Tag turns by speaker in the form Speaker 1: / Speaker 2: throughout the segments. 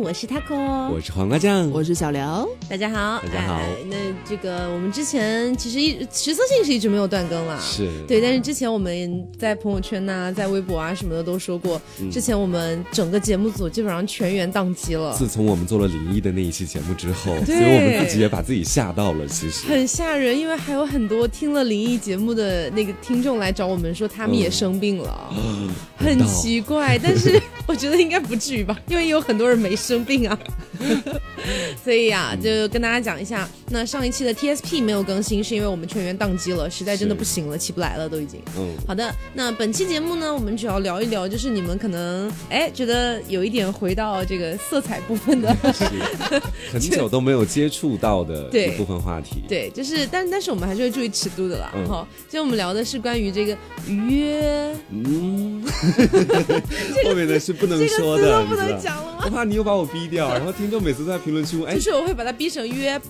Speaker 1: 我是 taco，
Speaker 2: 我是黄瓜酱，
Speaker 3: 我是小廖，
Speaker 1: 大家好，
Speaker 2: 大家好
Speaker 1: 哎那这个我们之前其实一实测性是一直没有断更啦，
Speaker 2: 是
Speaker 1: 对，但是之前我们在朋友圈呐、在微博啊什么的都说过，
Speaker 2: 嗯
Speaker 1: 之前我们整个节目组基本上全员宕机了，
Speaker 2: 自从我们做了灵异的那一期节目之后，所
Speaker 1: 对
Speaker 2: 以我们自己也把自己吓到了。其实，
Speaker 1: 很吓人，因为还有很多听了灵异节目的那个听众来找我们说他们也生病了，嗯很
Speaker 2: 难道
Speaker 1: 奇 怪，但是我觉得应该不至于吧，因为有很多人没生病 啊。所以呀、就跟大家讲一下，那上一期的 TSP 嗯没有更新，是因为我们全员宕机了，实在真的
Speaker 2: 是
Speaker 1: 不行了，起不来了，都已经。
Speaker 2: 嗯，
Speaker 1: 好的，那本期节目呢，我们主要聊一聊，就是你们可能哎觉得有一点回到这个色彩部分的
Speaker 2: 是 很久都没有接触到的
Speaker 1: 对
Speaker 2: 一部分话题。
Speaker 1: 对，就是，但但是我们还是会注意尺度的啦。
Speaker 2: 嗯
Speaker 1: 好，今天我们聊的是关于这个愉悦，
Speaker 2: 嗯， 后面的是不能
Speaker 1: 这个
Speaker 2: 说
Speaker 1: 词
Speaker 2: 的，
Speaker 1: 都
Speaker 2: 你
Speaker 1: 不
Speaker 2: 知道
Speaker 1: 能讲了吗？
Speaker 2: 我怕你又把我逼掉，然后听众每次都在评论区问，哎
Speaker 1: 就，是我会把它逼成约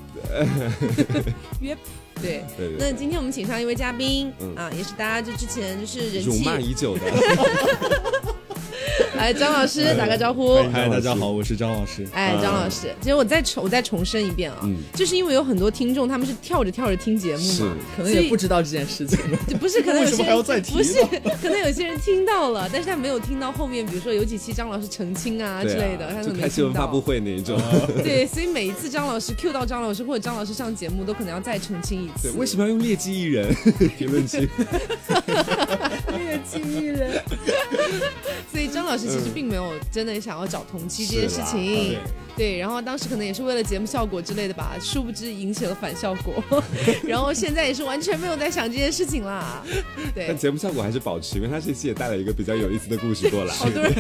Speaker 1: 约，对。
Speaker 2: 对对
Speaker 1: 那
Speaker 2: 对，
Speaker 1: 今天我们请上一位嘉宾、
Speaker 2: 嗯
Speaker 1: 啊，也是大家就之前就是人
Speaker 2: 辱
Speaker 1: 气，
Speaker 2: 骂已 久的，
Speaker 1: 来张老
Speaker 2: 哎
Speaker 1: 师打个招呼。
Speaker 4: 嗨，大家好，我是张老师。呃
Speaker 1: 哎，张老师，其实我再重我再重申一遍啊，
Speaker 2: 嗯
Speaker 1: 就是因为有很多听众他们是跳着跳着听节目
Speaker 2: 是
Speaker 1: 嘛，
Speaker 3: 可能也不知道这件事情。
Speaker 1: 就不是，可能有
Speaker 4: 为
Speaker 1: 些
Speaker 4: 什么
Speaker 1: 人
Speaker 4: 还要再提呢
Speaker 1: 不是，可能有些人听到了，但是他没有听到后面，比如说有几期张老师澄清啊之
Speaker 2: 对
Speaker 1: 类的，
Speaker 2: 啊
Speaker 1: 他可
Speaker 2: 就
Speaker 1: 能没
Speaker 2: 开新
Speaker 1: 听
Speaker 2: 闻发
Speaker 1: 到哦
Speaker 2: 布。会那一种。
Speaker 1: 对，所以每一次张老师 Q 到张老师或者张老师上节目，都可能要再澄清一
Speaker 2: 对，
Speaker 1: 次。
Speaker 2: 为什么要用劣迹艺人 评论区？
Speaker 1: 劣迹艺人？所以张老师其实并没有真的想要找同期这件事情
Speaker 4: 是啦。
Speaker 1: 对，然后当时可能也是为了节目效果之类的吧，殊不知引起了反效果，然后现在也是完全没有在想这件事情啦。对
Speaker 2: 但，节目效果还是保持，因为他这期也带了一个比较有意思的故事过来。
Speaker 1: 好多人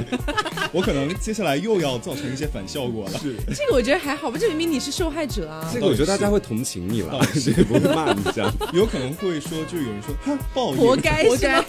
Speaker 4: 我可能接下来又要造成一些反效果了。
Speaker 2: 是，
Speaker 1: 这个我觉得还好吧，这明明你是受害者啊。
Speaker 2: 这个我觉得大家会同情 你
Speaker 1: 哦
Speaker 2: 了，这也不会骂你这样，
Speaker 4: 有可能会说，就有人说，哼，报应，
Speaker 1: 活 该，活该。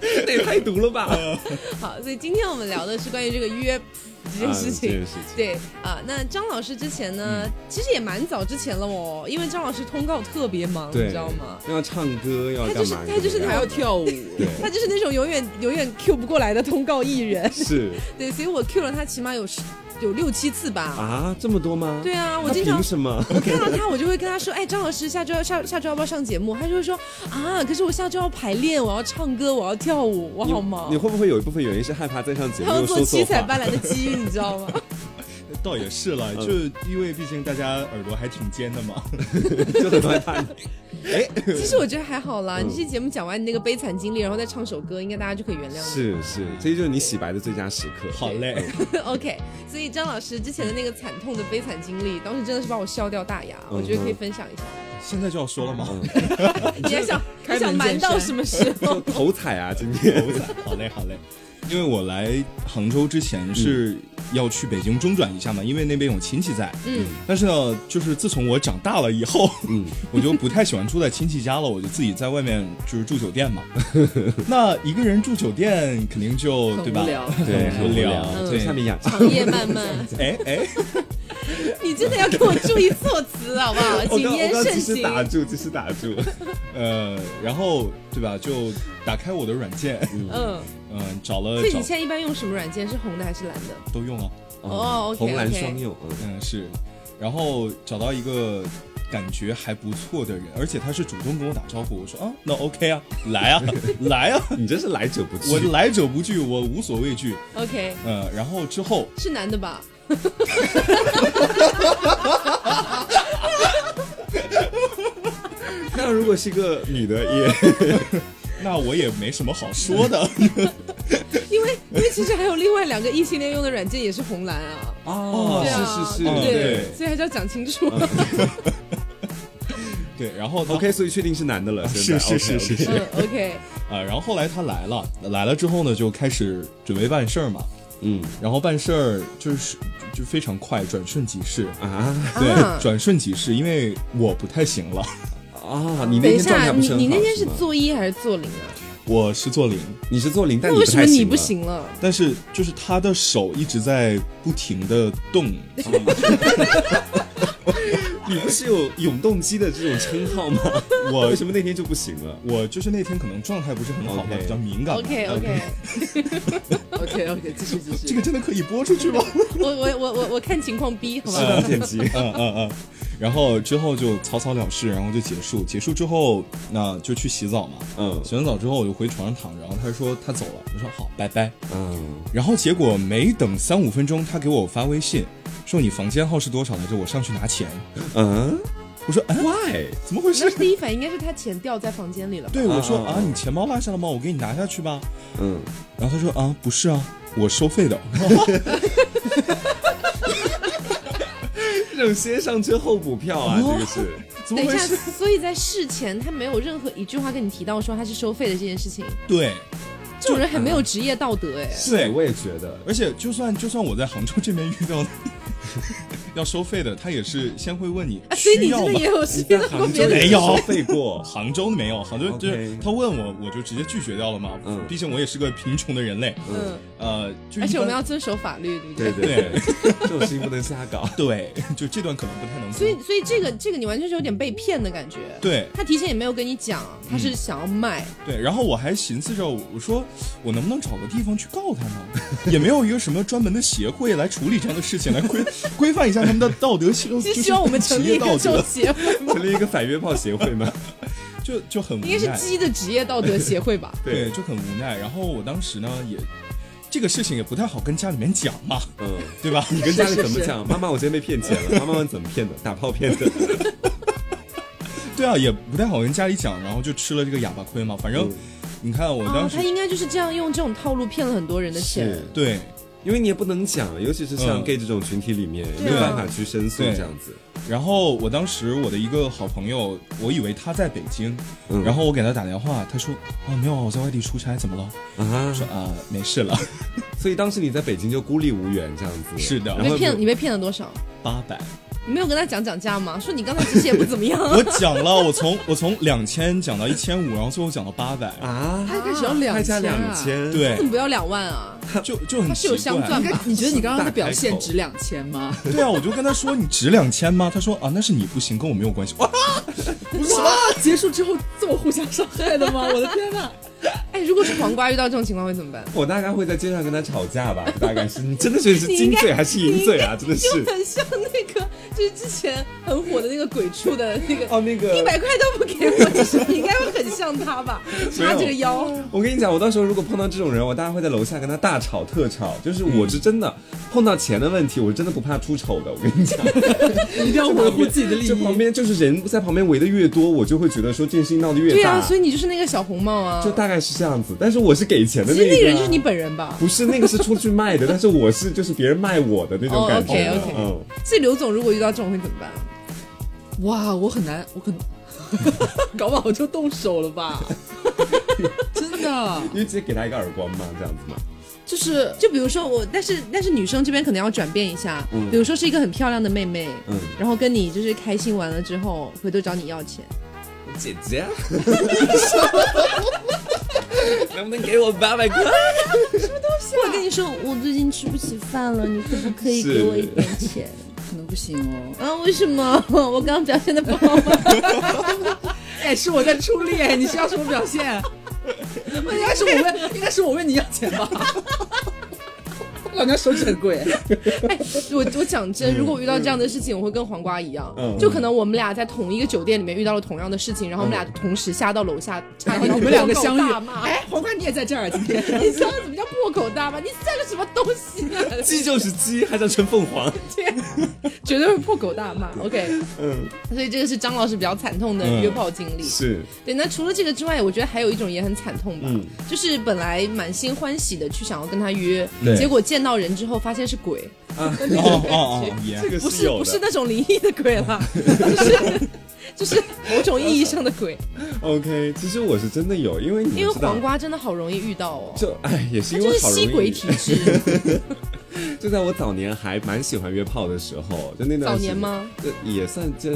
Speaker 2: 这也太毒了吧？
Speaker 1: 好，所以今天我们聊的是关于这个约 这件事
Speaker 2: 啊这嗯
Speaker 1: 情
Speaker 2: 件。事情，
Speaker 1: 对啊，那张老师之前呢，其实也蛮早之前了哦，因为张老师通告特别忙，
Speaker 2: 对，
Speaker 1: 你知道吗？？
Speaker 2: 要唱歌，要
Speaker 1: 他
Speaker 2: 干
Speaker 1: 就是
Speaker 2: 嘛？
Speaker 1: 他就是
Speaker 2: 干嘛
Speaker 1: 还要跳舞，
Speaker 2: 对，
Speaker 1: 他就是那种永远永远 Q 不过来的通告艺 人。
Speaker 2: 是
Speaker 1: 对，所以我 Q 了他起码有十有六七次吧。
Speaker 2: 啊，这么多吗？
Speaker 1: 对啊，我
Speaker 2: 那
Speaker 1: 经常
Speaker 2: 凭什么？
Speaker 1: 看到他，我就会跟他说：“哎，张老师，下周要下下周要不要上节目？”他就会说：“啊，可是我下周要排练，我要唱歌，我要跳舞，我好忙
Speaker 2: 你。会不会有一部分原因是害怕再上节”目
Speaker 1: 他要
Speaker 2: 又
Speaker 1: 做
Speaker 2: 说
Speaker 1: 七
Speaker 2: 错
Speaker 1: 彩
Speaker 2: 话？
Speaker 1: 斑斓的鸡，你知道吗？
Speaker 4: 倒也是了，就因为毕竟大家耳朵还挺尖的嘛。
Speaker 2: 就很害怕你。
Speaker 1: 其实我觉得还好啦，
Speaker 2: 嗯
Speaker 1: 你这节目讲完你那个悲惨经历，然后再唱首歌，应该大家就可以原谅你。
Speaker 2: 是是，这就是你洗白的最佳时刻。
Speaker 4: 好嘞，
Speaker 1: OK，所以张老师之前的那个惨痛的悲惨经历，当时真的是把我笑掉大牙，
Speaker 2: 嗯
Speaker 1: 我觉得可以分享一下。
Speaker 4: 现在就要说了吗？
Speaker 1: 你还想
Speaker 3: 开
Speaker 1: 还
Speaker 3: 门
Speaker 1: 想瞒到什么时候
Speaker 2: 就？头彩啊，今天
Speaker 4: 头彩，好嘞，好嘞。因为我来杭州之前是要去北京中转一下嘛，因为那边有亲戚在。
Speaker 1: 嗯，
Speaker 4: 但是呢，就是自从我长大了以后，
Speaker 2: 嗯，
Speaker 4: 我就不太喜欢住在亲戚家了，我就自己在外面就是住酒店嘛。那一个人住酒店肯定就
Speaker 3: 很
Speaker 4: 对吧？
Speaker 3: 无 聊
Speaker 2: 对
Speaker 4: 很无聊。
Speaker 1: 嗯
Speaker 2: 下
Speaker 4: 对，
Speaker 2: 面雅
Speaker 1: 长夜漫 漫，
Speaker 4: 哎哎，
Speaker 1: 你真的要给我注意措辞好不好？
Speaker 2: 我
Speaker 1: 谨
Speaker 2: 哦刚我
Speaker 1: 言
Speaker 2: 刚
Speaker 1: 慎
Speaker 2: 及时
Speaker 1: 行。
Speaker 2: 打住，及时打住。
Speaker 4: 呃，然后对吧？就打开我的软件，
Speaker 1: 嗯，
Speaker 4: 嗯、找了
Speaker 1: 所以
Speaker 4: 找
Speaker 1: 你现在一般用什么软件？是红的还是蓝的？
Speaker 4: 都用了，
Speaker 1: 哦，OK，OK
Speaker 2: 红蓝双用，嗯
Speaker 4: 嗯是，然后找到一个感觉还不错的人，而且他是主动跟我打招呼，我说啊，那 OK 啊，来啊， 来啊，
Speaker 2: 你真是来者不拒。
Speaker 4: 我来者不拒，我无所畏惧，
Speaker 1: OK，
Speaker 4: 嗯，然后之后
Speaker 1: 是男的吧？
Speaker 2: 那如果是个女的也，
Speaker 4: 那我也没什么好说的，
Speaker 1: 因为因为其实还有另外两个异性恋用的软件也是红蓝啊。
Speaker 2: 哦
Speaker 1: 对啊
Speaker 2: 是是
Speaker 4: 嗯
Speaker 2: 是
Speaker 4: 对
Speaker 1: 所以还是要讲清楚。
Speaker 4: 对，然后他
Speaker 2: 哦，OK，所以确定是男的了，现在
Speaker 4: 是是
Speaker 2: OK，OK
Speaker 4: 是是
Speaker 1: 嗯，OK，
Speaker 4: 啊、然后后来他来了，来了之后呢，就开始准备办事儿嘛，
Speaker 2: 嗯
Speaker 4: 然后办事儿就是就就非常快，转瞬即逝。
Speaker 2: 啊
Speaker 4: 对，
Speaker 1: 啊
Speaker 4: 转瞬即逝，因为我不太行了，
Speaker 2: 啊，你那
Speaker 1: 等一
Speaker 2: 天状
Speaker 1: 下，
Speaker 2: 态不
Speaker 1: 你
Speaker 2: 是很好
Speaker 1: 你那天是
Speaker 2: 吗
Speaker 1: 做一还是做零啊？
Speaker 4: 我是做零，
Speaker 2: 你是做零，但
Speaker 1: 那为什么你不
Speaker 2: 不太
Speaker 1: 行了？
Speaker 4: 但是就是他
Speaker 1: 啊
Speaker 4: 的手一直在不停的动，
Speaker 2: 你不是有永动机的这种称号吗？
Speaker 4: 我
Speaker 2: 为什么那天就不行了？
Speaker 4: 我就是那天可能状态不是很好吧，
Speaker 2: OK
Speaker 4: 比较敏感吧。
Speaker 1: OK OK，
Speaker 3: OK OK，继续继续。
Speaker 4: 这个真的可以播出去吗？
Speaker 1: 我我我我我看情况逼好吧。
Speaker 2: 当剪辑，
Speaker 4: 嗯嗯嗯。然后之后就草草了事，然后就结束。结束之后，那就去洗澡嘛。
Speaker 2: 嗯
Speaker 4: 洗完澡之后，我就回床上躺着。然后他说他走了，我说好，拜拜。
Speaker 2: 嗯，
Speaker 4: 然后结果没等三五分钟，他给我发微信，说你房间号是多少来着？我上去拿钱。
Speaker 2: 嗯
Speaker 4: 我说，哎，
Speaker 2: ，Why？
Speaker 4: 怎么回
Speaker 1: 当
Speaker 4: 事
Speaker 1: 时？第一反应应该是他钱掉在房间里了吧？
Speaker 4: 对，我说
Speaker 2: 啊啊
Speaker 4: 啊，你钱包落下了吗？我给你拿下去吧。
Speaker 2: 嗯，
Speaker 4: 然后他说啊，不是啊，我收费的。
Speaker 2: 这种先上车后补票啊，这个是。
Speaker 4: 怎么
Speaker 1: 等一
Speaker 4: 回
Speaker 1: 下，
Speaker 4: 事？
Speaker 1: 所以在事前他没有任何一句话跟你提到说他是收费的这件事情，
Speaker 4: 对，
Speaker 1: 这种人很没有职业道德哎。
Speaker 4: 对
Speaker 2: 我也觉得。
Speaker 4: 而且就算就算我在杭州这边遇到的 要收费的，他也是先会问你
Speaker 1: 啊，所以
Speaker 4: 需
Speaker 1: 你
Speaker 4: 要
Speaker 1: 真的
Speaker 4: 吗
Speaker 1: 也？有遇到过别
Speaker 4: 没
Speaker 1: 人？
Speaker 4: 有，
Speaker 2: 费过
Speaker 4: 杭州没有，杭州就是
Speaker 2: OK
Speaker 4: 他问我，我就直接拒绝掉了嘛。
Speaker 2: 嗯
Speaker 4: 毕竟我也是个贫穷的人类，
Speaker 1: 嗯，
Speaker 4: 呃，就一般
Speaker 1: 而且我们要遵守法律，对不
Speaker 2: 对
Speaker 1: 对？
Speaker 2: 对对， 这种事情不能瞎 搞。
Speaker 4: 对，就这段可能不太能播。
Speaker 1: 所以所以这个这个你完全是有点被骗的感觉。
Speaker 4: 对
Speaker 1: 他提前也没有跟你讲，他是想要卖，
Speaker 4: 对，然后我还寻思着，我说我能不能找个地方去告他呢？也没有一个什么专门的协会来处理这样的事情，来规规范一下他们的道德
Speaker 1: 就
Speaker 4: 修，就是
Speaker 1: 希望我们成立一
Speaker 4: 职业
Speaker 1: 个
Speaker 4: 道
Speaker 1: 这种
Speaker 4: 德，
Speaker 1: 协会，
Speaker 2: 成立一个反约炮协会吗？
Speaker 4: 就就很无
Speaker 1: 应该是
Speaker 4: 奈。
Speaker 1: 鸡的职业道德协会吧？
Speaker 4: 对，，就很无奈。然后我当时呢也，这个事情也不太好跟家里面讲嘛，
Speaker 2: 嗯，
Speaker 4: 对吧？
Speaker 2: 你跟家里怎么讲？妈妈，我今天被骗钱了。妈妈怎么骗的？打炮骗的。
Speaker 4: 对啊，也不太好跟家里讲，然后就吃了这个哑巴亏嘛。反正
Speaker 2: 嗯
Speaker 4: 你看啊我
Speaker 1: 哦
Speaker 4: 当，时、
Speaker 1: 他应该就是这样用这种套路骗了很多人的钱。
Speaker 4: 对，
Speaker 2: 因为你也不能讲，尤其是像
Speaker 4: 嗯
Speaker 2: gay 这种群体里面，
Speaker 1: 对啊
Speaker 2: 没有办法去申诉
Speaker 4: 对
Speaker 2: 这样子。
Speaker 4: 然后我当时我的一个好朋友，我以为他在北京，
Speaker 2: 嗯
Speaker 4: 然后我给他打电话，他说啊没有啊，我在外地出差，怎么了？
Speaker 2: 啊
Speaker 4: 我，说啊没 事了，
Speaker 2: 所以当时你在北京就孤立无援这样子。
Speaker 4: 是的
Speaker 1: 你
Speaker 2: 然后
Speaker 1: 被骗，你被骗了多少？
Speaker 4: 八百，
Speaker 1: 你没有跟他讲讲价吗？说你刚才其实也不怎么 样啊，
Speaker 4: 我讲了，我从我从两千讲到一千五，然后最后讲到八百，
Speaker 2: 啊，
Speaker 1: 他一开始要两千、啊，
Speaker 2: 还加两，千，，
Speaker 1: 怎
Speaker 4: 对
Speaker 1: 么，不要两万啊？
Speaker 4: 就就很
Speaker 1: 他是有
Speaker 4: 奇
Speaker 1: 镶
Speaker 4: 怪
Speaker 1: 钻吧
Speaker 3: 你觉得你刚刚的表现值两千吗？
Speaker 4: 对啊，我就跟他说你值两千吗？他说啊，那是你不行，跟我没有关系。哇，
Speaker 3: 哇，结束之后这么互相伤害的吗？我的天啊哪！
Speaker 1: 哎，如果是黄瓜遇到这种情况会怎么办？
Speaker 2: 我大概会在街上跟他吵架吧，大概是。你真的觉得是
Speaker 1: 你应
Speaker 2: 金
Speaker 1: 该
Speaker 2: 嘴还是银嘴啊？真的。
Speaker 1: 就是很像那个，就是之前很火的那个鬼畜的那个，
Speaker 2: 哦，那个
Speaker 1: 一百块都不给我，就是你应该会很像他 吧？叉这个腰，
Speaker 2: 我跟你讲，我到时候如果碰到这种人，我大概会在楼下跟他大吵特吵。就是我是真的、碰到钱的问题，我真的不怕出丑的。我跟 你讲，
Speaker 3: 一定要维护自己的利
Speaker 2: 就旁
Speaker 3: 益。
Speaker 2: 边就是人在旁边围的越多，我就会觉得说这件事情闹得越
Speaker 1: 对
Speaker 2: 大。
Speaker 1: 啊，所以你就是那个小红帽啊
Speaker 2: 就。大概是这样子。但是我是给钱的
Speaker 1: 其
Speaker 2: 那
Speaker 1: 实
Speaker 2: 一
Speaker 1: 那个人
Speaker 2: 啊
Speaker 1: 就是你，本人吧？
Speaker 2: 不是那个是出去卖的，但是我是就是别人卖我的那种
Speaker 1: 哦
Speaker 2: 感觉啊嗯的。
Speaker 1: ，OK，OK 所以刘总如果遇到这种会怎么办？
Speaker 3: 哇，我很 难，我可能搞不好就动手了吧？真的
Speaker 2: 嗯，，因为直接给他一个耳光嘛，这样子嘛。
Speaker 3: 就是
Speaker 1: 就比如说我，但是但是女生这边可能要转变一下，
Speaker 3: 嗯
Speaker 1: 比如说是一个很漂亮的妹妹，
Speaker 2: 嗯
Speaker 1: 然后跟你就是开心完了之后，回头找你要钱，
Speaker 2: 姐姐，啊能不能给我八百块？
Speaker 1: 我跟你说，我最近吃不起饭了，你可不可以
Speaker 2: 是
Speaker 1: 给我一点钱？
Speaker 3: 可能不行哦。
Speaker 1: 啊，为什 么？我刚刚表现的不好吗？
Speaker 3: 哎，是我在出力，哎你需要什么表现？那应该是我问，应该是我问你要钱吧？我感觉手指很贵，
Speaker 1: 哎，我我讲
Speaker 3: 嗯
Speaker 1: 真，如果我遇到这样的事情，我会跟黄瓜一样，
Speaker 2: 嗯
Speaker 1: 就可能我们俩在同一个酒店里面遇到了同样的事情，然后我们俩同时下到楼下，差
Speaker 3: 嗯 然
Speaker 1: 点
Speaker 3: 后你们两个
Speaker 1: 破口
Speaker 3: 相
Speaker 1: 大
Speaker 3: 遇。
Speaker 1: 骂
Speaker 3: 哎，黄瓜你也在这儿今天。
Speaker 1: 你知道怎么叫破口大骂？你算个什么东西啊？
Speaker 2: 鸡就是鸡，还想成凤凰？
Speaker 1: 天，绝对会破口大骂。OK，
Speaker 2: 嗯，
Speaker 1: 所以这个是张老师比较惨痛的
Speaker 4: 嗯
Speaker 1: 约炮经历。
Speaker 2: 是，
Speaker 1: 对，那除了这个之外，我觉得还有一种也很惨痛吧，
Speaker 2: 嗯
Speaker 1: 就是本来满心欢喜的去想要跟他约，
Speaker 2: 对
Speaker 1: 结果见到人之后发现是鬼，
Speaker 4: 哦哦哦，也
Speaker 2: 这个
Speaker 1: 不
Speaker 2: 是
Speaker 1: 是
Speaker 2: 有
Speaker 1: 不是
Speaker 2: 的。
Speaker 1: 那种灵异的鬼 啦，就是就是某种意义上的鬼，
Speaker 2: OK，其实嗯我是真的有，因为你
Speaker 1: 因为
Speaker 2: 知道
Speaker 1: 黄瓜真的好容易遇到哦，
Speaker 2: 就哎，也是
Speaker 1: 他
Speaker 2: 因
Speaker 1: 就是
Speaker 2: 为好容
Speaker 1: 吸鬼
Speaker 2: 易。
Speaker 1: 体质，
Speaker 2: 就在我早年还蛮喜欢约炮的时候，就那段
Speaker 1: 早
Speaker 2: 时间
Speaker 1: 年吗？
Speaker 2: 呃，也算这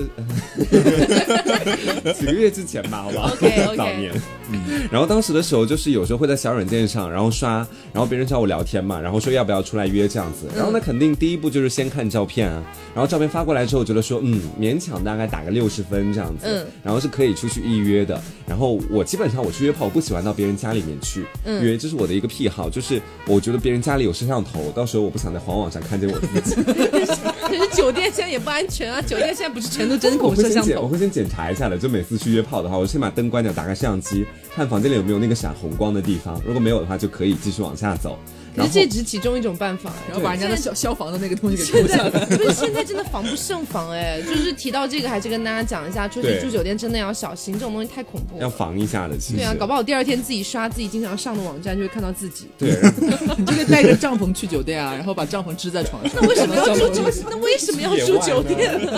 Speaker 2: 呃 几个月之前吧，好不好
Speaker 1: OK，OK
Speaker 2: 早年，嗯。然后当时的时候，就是有时候会在小软件上，然后刷，然后别人找我聊天嘛，然后说要不要出来约这样
Speaker 1: 嗯
Speaker 2: 子。然后呢，肯定第一步就是先看照片啊，然后照片发过来之后，我觉得说，嗯，勉强大概打个六十分这样子，
Speaker 1: 嗯
Speaker 2: 然后是可以出去预约的。然后我基本上我去约炮，我不喜欢到别人家里面去
Speaker 1: 嗯
Speaker 2: 约，这是我的一个癖好，就是我觉得别人家里有摄像头，到时候我不想在黄网上看见我自己。
Speaker 1: 可是酒店现在也不安全啊，酒店现在不是全都针
Speaker 2: 我
Speaker 1: 孔
Speaker 2: 会
Speaker 1: 摄
Speaker 2: 先
Speaker 1: 像
Speaker 2: 检，我
Speaker 1: 头，
Speaker 2: 会先检查一下的。就每次去约炮的话，我先把灯关掉，打开摄像机，看房间里有没有那个闪红光的地方。如果没有的话，就可以继续往下走。
Speaker 1: 可
Speaker 2: 然
Speaker 1: 是
Speaker 2: 后
Speaker 1: 这只是其中一种办法。
Speaker 3: 然后把人家的消消防的那个东 西给
Speaker 1: 现
Speaker 3: 抠下
Speaker 1: 在
Speaker 3: 来。
Speaker 1: 不是现在真的防不胜防哎，就是提到这个还是跟大家讲一下，出去
Speaker 2: 对
Speaker 1: 住酒店真的要小心，这种东西太恐怖
Speaker 2: 要
Speaker 1: 了。
Speaker 2: 防一下的，其实
Speaker 1: 对啊，搞不好第二天自己刷自己经常上的网站就会看到自己。
Speaker 2: 对 然后
Speaker 3: 你就可以带着帐篷去酒店啊，然后把帐篷支在床上。
Speaker 1: 那 为什么要
Speaker 3: 帐
Speaker 1: 住
Speaker 3: 篷
Speaker 1: 酒？ 那为什么要住酒店呢？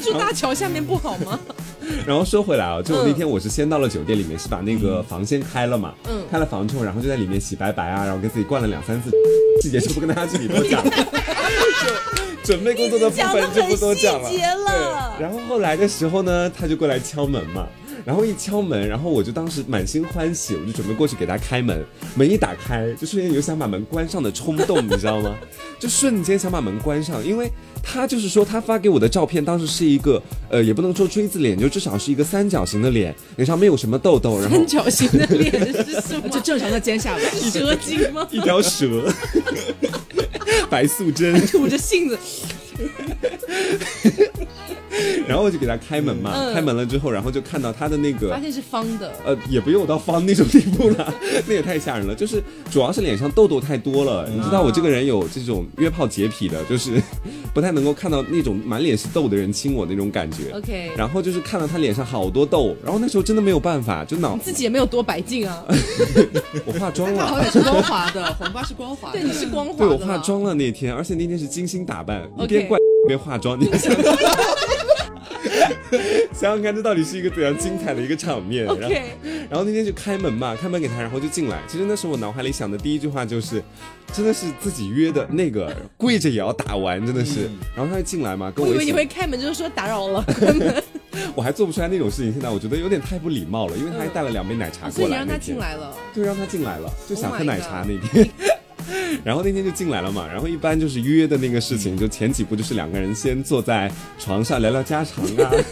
Speaker 1: 住大桥下面不好吗？
Speaker 2: 然后说回来啊，就
Speaker 1: 嗯
Speaker 2: 我那天我是先到了酒店里面，是把那个房先开了嘛，
Speaker 1: 嗯
Speaker 2: 开了房之后，然后就在里面洗白白啊，然后跟自己灌了两三次， 细节就不跟大家具体 多讲了。就准备工作的部分就不多讲了。对，然后后来的时候呢，他就过来敲门嘛。然后一敲门，然后我就当时满心欢喜，我就准备过去给他开门。门一打开，就瞬间有想把门关上的冲动，你知道吗？就瞬间想把门关上，因为他就是说他发给我的照片，当时是一个呃，也不能说锥子脸，就至少是一个三角形的脸，脸上没有什么痘痘，然后
Speaker 1: 三角形的脸是什么？
Speaker 3: 就正常的尖下巴，
Speaker 1: 是蛇精 吗？
Speaker 2: 一条蛇， 白素贞。
Speaker 1: 吐着信子，
Speaker 2: 然后我就给他开门嘛，
Speaker 1: 嗯
Speaker 2: 开门了之后，然后就看到他的那 个
Speaker 1: 发现是方的。
Speaker 2: 呃，也不用到方那种地步了， 那也太吓人了。就是主要是脸上痘痘太多了，
Speaker 1: 嗯
Speaker 2: 你知道我这个人有这种约炮洁癖的，就是 不太能够看到那种满脸是痘的人亲我那种感觉。
Speaker 1: OK，
Speaker 2: 然后就是看到他脸上好多痘，然后那时候真的没有办法，就脑
Speaker 1: 自己也没有多白净 啊。
Speaker 2: 我化妆
Speaker 3: 那 好
Speaker 2: 了，
Speaker 3: 歹是光滑的， 黄瓜是光滑的
Speaker 1: 对，。你是光滑
Speaker 2: 对
Speaker 1: 的
Speaker 2: 我
Speaker 1: 嘛。
Speaker 2: 化妆了那天，而且那天是精心打扮，一
Speaker 1: OK
Speaker 2: 边怪一边化妆，你想 想想想看这到底是一个怎样精彩的一个场面。然后
Speaker 1: OK，
Speaker 2: 然后那天就开门嘛，开门给他，然后就进来。其实那时候我脑海里想的第一句话就是，真的是自己约的那个，跪着也要打完，真的是。然后他就进来嘛，跟
Speaker 1: 我
Speaker 2: 我
Speaker 1: 以
Speaker 2: 一
Speaker 1: 为
Speaker 2: 起，
Speaker 1: 你会开门就是说打扰 了，
Speaker 2: 我还做不出来那种事情。现在我觉得有点太不礼貌了，因为他还带了两杯奶
Speaker 1: 嗯
Speaker 2: 茶
Speaker 1: 哦所以
Speaker 2: 过
Speaker 1: 你
Speaker 2: 来。
Speaker 1: 让
Speaker 2: 那
Speaker 1: 他
Speaker 2: 天
Speaker 1: 进来了。
Speaker 2: 对，让他进来了，就
Speaker 1: Oh
Speaker 2: 想
Speaker 1: my
Speaker 2: 喝奶茶那天。 然后那天就进来了嘛，然后一般就是约的那个 事情，就前几步就是两个人先坐在床上聊聊家常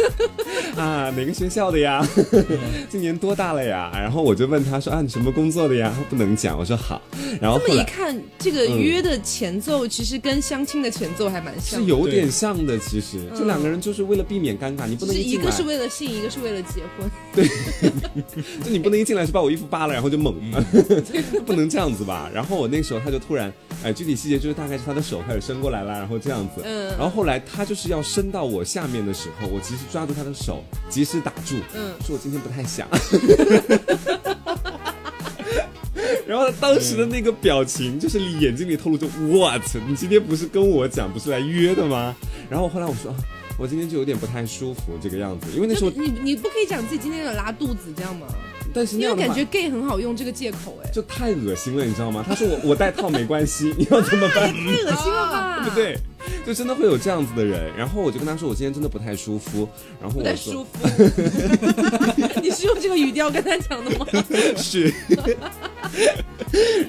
Speaker 2: 啊，啊哪个学校的呀， 今年多大了呀？然后我就问他说啊你什么工作的呀？他不能讲，我说好。然后
Speaker 1: 这
Speaker 2: 后
Speaker 1: 么一
Speaker 2: 来
Speaker 1: 看，这个
Speaker 2: 嗯
Speaker 1: 约的前奏其实跟相亲的前奏还蛮像的。
Speaker 2: 是有点像的，其实这两个人就是为了避免尴尬，你不
Speaker 1: 嗯就
Speaker 2: 能
Speaker 1: 是一
Speaker 2: 进
Speaker 1: 个
Speaker 2: 来，
Speaker 1: 是为了性，一个是为了结婚。
Speaker 2: 就你不能一进来就把我衣服扒了，然后就猛， 不能这样子吧？然后我那时候他就突然，哎，具体细节就是大概是他的手开始伸过来了，然后这样子，
Speaker 1: 嗯
Speaker 2: 然后后来他就是要伸到我下面的时候，我及时抓住他的手，及时打住，
Speaker 1: 嗯
Speaker 2: 说我今天不太想。 然后他当时的那个表情，就是眼睛里透露着 “what”，你今天不是跟我讲，不是来约的吗？然后后来我说，啊我今天就有点不太舒服这个样子，因为那 时
Speaker 1: 就
Speaker 2: 候，
Speaker 1: 你你不可以讲自己今天有拉肚子这样吗？
Speaker 2: 但是那
Speaker 1: 因为
Speaker 2: 样的
Speaker 1: 感
Speaker 2: 话
Speaker 1: 觉 gay 很好用这个借口 哎，
Speaker 2: 就太恶心了，你知道吗？他说我我戴套没关系， 你要怎么
Speaker 1: 太
Speaker 2: 办？
Speaker 1: 恶心了吧？
Speaker 2: 对不，对？就真的会有这样子的人。然后我就跟他说，我今天真的不太舒服。然后
Speaker 1: 不
Speaker 2: 我
Speaker 1: 太舒
Speaker 2: 说
Speaker 1: 服。 你是用这个语调跟他讲的 吗？
Speaker 2: 是。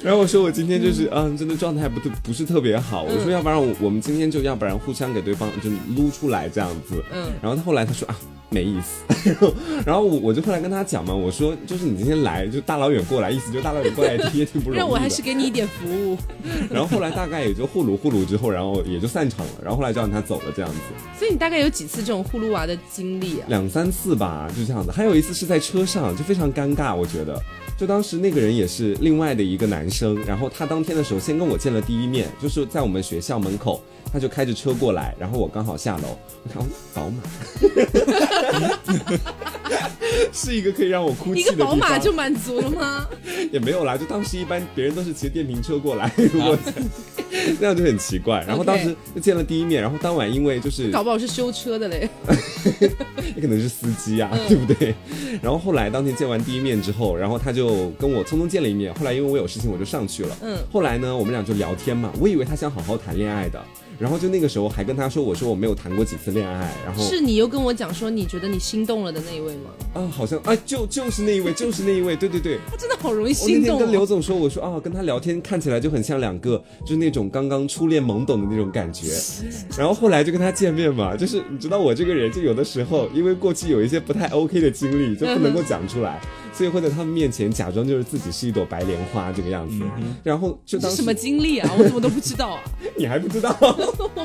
Speaker 2: 然后我说我今天就是嗯，真的状态不特不是特别好。
Speaker 1: 嗯
Speaker 2: 我说要不然我我们今天就要不然互相给对方就撸出来这样子。
Speaker 1: 嗯
Speaker 2: 然后他后来他说啊。没意思， 然后然后我我就后来跟他讲嘛，我说就是你今天来就大老远过来，意思就大老远过来也挺也挺不容易的。
Speaker 1: 让我还是给你一点服务。
Speaker 2: 然后后来大概也就呼噜呼噜之后，然后也就散场了，然后后来就让他走了这样子，
Speaker 1: 所以你大概有几次这种呼噜娃的经历啊？
Speaker 2: 两三次吧，就这样子。还有一次是在车上，就非常尴尬，我觉得。就当时那个人也是另外的一个男生，然后他当天的时候先跟我见了第一面，就是在我们学校门口，他就开着车过来，然后我刚好下楼，我看哦，宝马， 是一个可以让我哭
Speaker 1: 一
Speaker 2: 泣的
Speaker 1: 个
Speaker 2: 地方。
Speaker 1: 宝马就 满足了吗？
Speaker 2: 也没有啦，就当时一般别人都是骑电瓶车过来，如果那样就很奇怪。然后当时
Speaker 5: OK
Speaker 2: 就见了第一面，然后当晚因为就是
Speaker 5: 搞不好是修车的嘞。
Speaker 2: 也可能是司机啊，
Speaker 5: 嗯
Speaker 2: 对不对？然后后来当天见完第一面之后，然后他就跟我匆匆见了一面。后来因为我有事情，我就上去了。
Speaker 5: 嗯
Speaker 2: 后来呢，我们俩就聊天嘛，我以为他想好好谈恋爱的，然后就那个时候还跟他说，我说我没有谈过几次恋爱，然后
Speaker 5: 是你又跟我讲说你觉得你心动了的那一位吗？
Speaker 2: 啊，好像啊，就就是那一位，就是那一位，对对对。
Speaker 5: 他真的好容易
Speaker 2: 我那
Speaker 5: 心
Speaker 2: 天
Speaker 5: 动、
Speaker 2: 跟
Speaker 5: 哦
Speaker 2: 刘。总说，我说啊，跟他聊天看起来就很像两个，就是那种刚刚初恋懵懂的那种感觉。然后后来就跟他见面嘛，就是你知道我这个人，就有的时候因为过去有一些不太 OK 的经历，就不能够讲出
Speaker 5: 嗯
Speaker 2: 来，所以会在他们面前假装就是自己是一朵白莲花这个样子。然后就当
Speaker 5: 嗯是
Speaker 2: 时
Speaker 5: 什么经历 啊？我怎么都不知道啊！
Speaker 2: 你还不知道，
Speaker 5: 我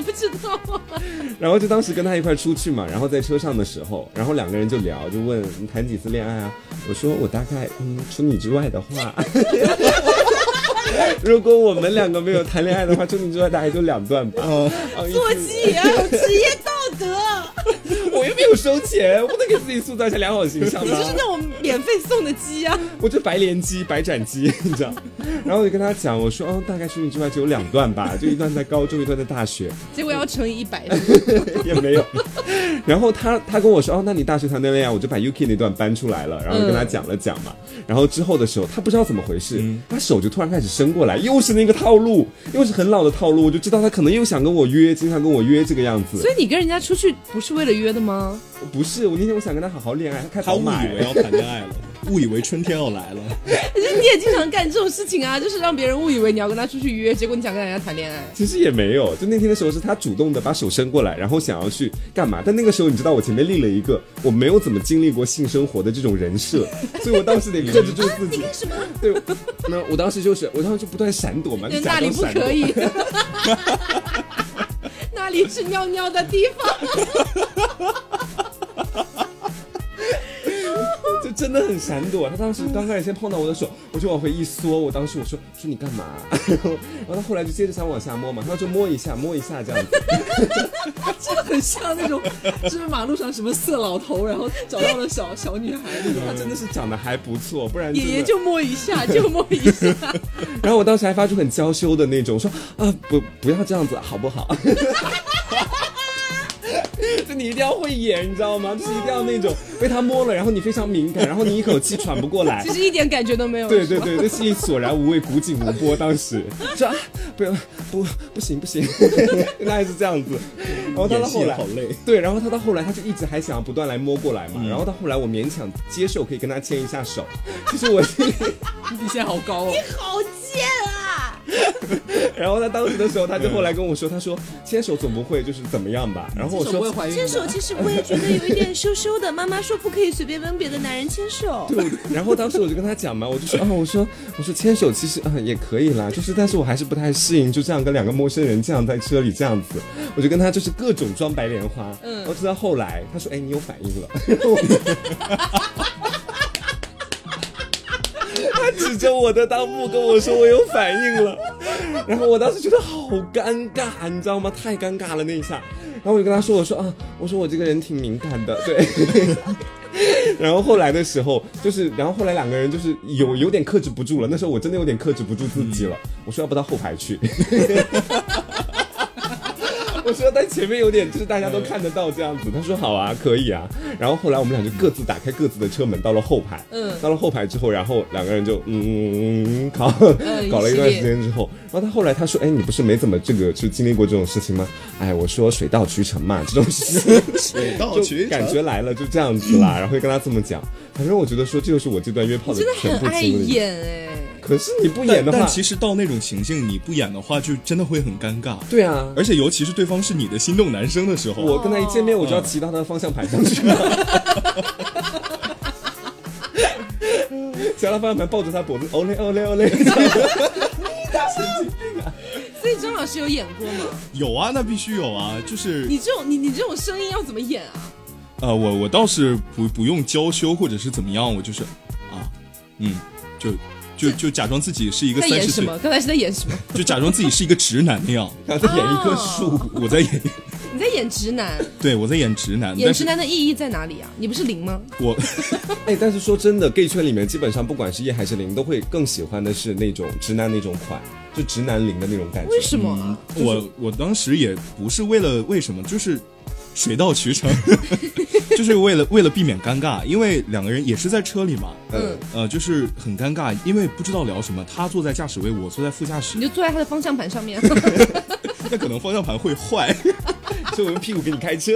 Speaker 5: 不知道、啊，
Speaker 2: 然后就当时跟他一块出去嘛，然后在车上的时候，然后两个人就聊，就问你谈几次恋爱啊？我说我大概嗯，除你之外的话， 如果我们两个没有谈恋爱的话，除你之外大概就两段吧。
Speaker 4: 嗯，
Speaker 2: 啊一
Speaker 5: 做
Speaker 2: 次
Speaker 5: 鸡也有职业道 德，
Speaker 2: 我又没有收钱，我不能给自己塑造一下良好形象
Speaker 5: 你
Speaker 2: 吗
Speaker 5: 就？是那种免费送的鸡啊！
Speaker 2: 我就白莲鸡、白斩鸡，你知道？然后我就跟他讲，我说哦，大概除你之外只有两段吧，就一段在高中，一段在大学。
Speaker 5: 结果要乘以一百，
Speaker 2: 也没有。然后他他跟我说，哦，那你大学谈的恋爱，我就把 UK 那段搬出来了，然后就跟他讲了讲嘛。然后之后的时候，他不知道怎么回事，他手就突然开始伸过来，又是那个套路，又是很老的套路，我就知道他可能又想跟我约，经常跟我约这个样子
Speaker 5: 所。以你跟人家出去不是为了约的吗？
Speaker 2: 不是，我那天我想跟他好好恋爱，他开
Speaker 4: 他
Speaker 2: 宝
Speaker 4: 误
Speaker 2: 马
Speaker 4: 以为要谈恋 爱了，误以为春天要来了。
Speaker 5: 可是你也经常干这种事情啊，就是让别人误以为你要跟他出去约，结果你想跟人家谈恋爱。
Speaker 2: 其实也没有，就那天的时候是他主动的把手伸过来，然后想要去干嘛？但那个时候你知道我前面立了一个我没有怎么经历过性生活的这种人 设，所以我当时得克制住自己。
Speaker 5: 什么？
Speaker 2: 对，那我当时就是，我当时就不断闪躲嘛，就
Speaker 5: 人
Speaker 2: 假
Speaker 5: 那里
Speaker 2: 装
Speaker 5: 不
Speaker 2: 闪躲。
Speaker 5: 可以， 那里是尿尿的地 方。
Speaker 2: 就真的很闪躲。他当时刚开始先碰到我的手，我就往回一缩。我当时我说说你干嘛？ 然后然后他后来就接着想往下摸嘛，他就摸一下摸一下这样 子。
Speaker 3: 真的很像那种，就是马路上什么色老头，然后找到了小 小女孩那种。
Speaker 2: 他真的是长得还不错，不然
Speaker 5: 爷
Speaker 2: 真
Speaker 5: 爷
Speaker 2: 的。
Speaker 5: 就摸一下，就摸一下，
Speaker 2: 然后我当时还发出很娇羞的那种，说啊不不要这样子好不好？ 就你一定要会演，你知道吗？就是一定要那种被他摸了，然后你非常敏感，然后你一口气喘不过来
Speaker 5: 其。实一点感觉都没有。
Speaker 2: 对对对，对，心里索然无味，古井无波。当时说啊，不要不不行不行， 那还是这样子。然后他到
Speaker 4: 演戏
Speaker 2: 后
Speaker 4: 也
Speaker 2: 来
Speaker 4: 好累嗯
Speaker 2: 对，然后他到后来他就一直还想要不断来摸过来嘛。然后到后来我勉强接受可以跟他牵一下手，就是我 心里。
Speaker 3: 你底线好高哦，
Speaker 5: 好贱啊！
Speaker 2: 然后他当时的时候，他就后来跟我说，他说牵手总不会就是怎么样吧？然后我
Speaker 3: 手不会
Speaker 2: 说。
Speaker 3: 怀孕的。
Speaker 1: 牵手其实我也觉得有一点羞羞的，妈妈说不可以随便跟别的男人牵手。
Speaker 2: 对，我然后当时我就跟他讲嘛，我就说啊，我说我说牵手其实啊、也可以啦，就是但是我还是不太适应，就这样跟两个陌生人这样在车里这样子，我就跟他就是各种装白莲花，嗯，然后直到后来他说，哎，你有反应了，然后我 他指着我的裆部跟我说我有反应了，然后我当时觉得好尴尬，你知道吗？太尴尬了那一下，然后我就跟他说，我说啊，我说我这个人挺敏感的，对。 然后后来的时候，就是，然后后来两个人就是有有点克制不住了。那时候我真的有点克制不住自己了，我说要不到后排 去。我说在前面有点，就是大家都看得到这样子。他说好啊，可以啊。然后后来我们俩就各自打开各自的车门，到了后排。嗯，到了后排之后，然后两个人就嗯嗯嗯嗯搞
Speaker 5: 嗯
Speaker 2: 搞了一段
Speaker 5: 一
Speaker 2: 时
Speaker 5: 系列
Speaker 2: 间之后，然后他后来他说，哎，你不是没怎么这个就经历过这种事情吗？哎，我说水到渠成嘛，这种事情。
Speaker 4: 水到渠
Speaker 2: 就
Speaker 4: 成，
Speaker 2: 感觉来了就这样子啦，然后会跟他这么讲。反正我觉得说这就是我这段约炮的
Speaker 5: 真的
Speaker 2: 全
Speaker 5: 很
Speaker 2: 部
Speaker 5: 爱
Speaker 2: 经历。
Speaker 5: 演哎、
Speaker 2: 可是你不演
Speaker 4: 但
Speaker 2: 的
Speaker 4: 但
Speaker 2: 话，
Speaker 4: 其实到那种情境，你不演的话，就真的会很尴尬。
Speaker 2: 对啊，
Speaker 4: 而且尤其是对方是你的心动男生的时候，啊
Speaker 2: 我跟他一见面，我就要骑到他的方向盘上去 了。骑到他方向盘，抱着他脖子，哦嘞哦嘞哦嘞。
Speaker 5: 所以张老师有演过吗？
Speaker 4: 有啊，那必须有啊，就是
Speaker 5: 你这种你你这种声音要怎么演啊？
Speaker 4: 呃，我我倒是不不用娇羞或者是怎么样，我就是啊，嗯，就就就假装自己是一个
Speaker 5: 在
Speaker 4: 三
Speaker 5: 演
Speaker 4: 十
Speaker 5: 什
Speaker 4: 岁，
Speaker 5: 么？刚才是在演什么？
Speaker 4: 就假装自己是一个直男那样，
Speaker 5: 啊
Speaker 2: 然后再演一棵树，
Speaker 4: 我在演，
Speaker 5: 你在演 直男，
Speaker 4: 对我在演直男，
Speaker 5: 演直男的意义在哪里啊？你不是零吗？
Speaker 4: 我
Speaker 2: 哎，但是说真的，gay 圈里面基本上不管是叶还是零，都会更喜欢的是那种直男那种款，就直男零的那种感觉。
Speaker 5: 为什么
Speaker 2: 嗯
Speaker 5: 啊？
Speaker 4: 我我当时也不是为了为什么，就是水到渠成， 就是为了为了避免尴尬，因为两个人也是在车里嘛，
Speaker 5: 嗯，
Speaker 4: 呃，就是很尴尬，因为不知道聊什么，他坐在驾驶位，我坐在副驾驶
Speaker 5: 你，就坐在他的方向盘 上面，啊
Speaker 4: 那可能方向盘会坏，
Speaker 2: 所以嗯我用屁股给你开车。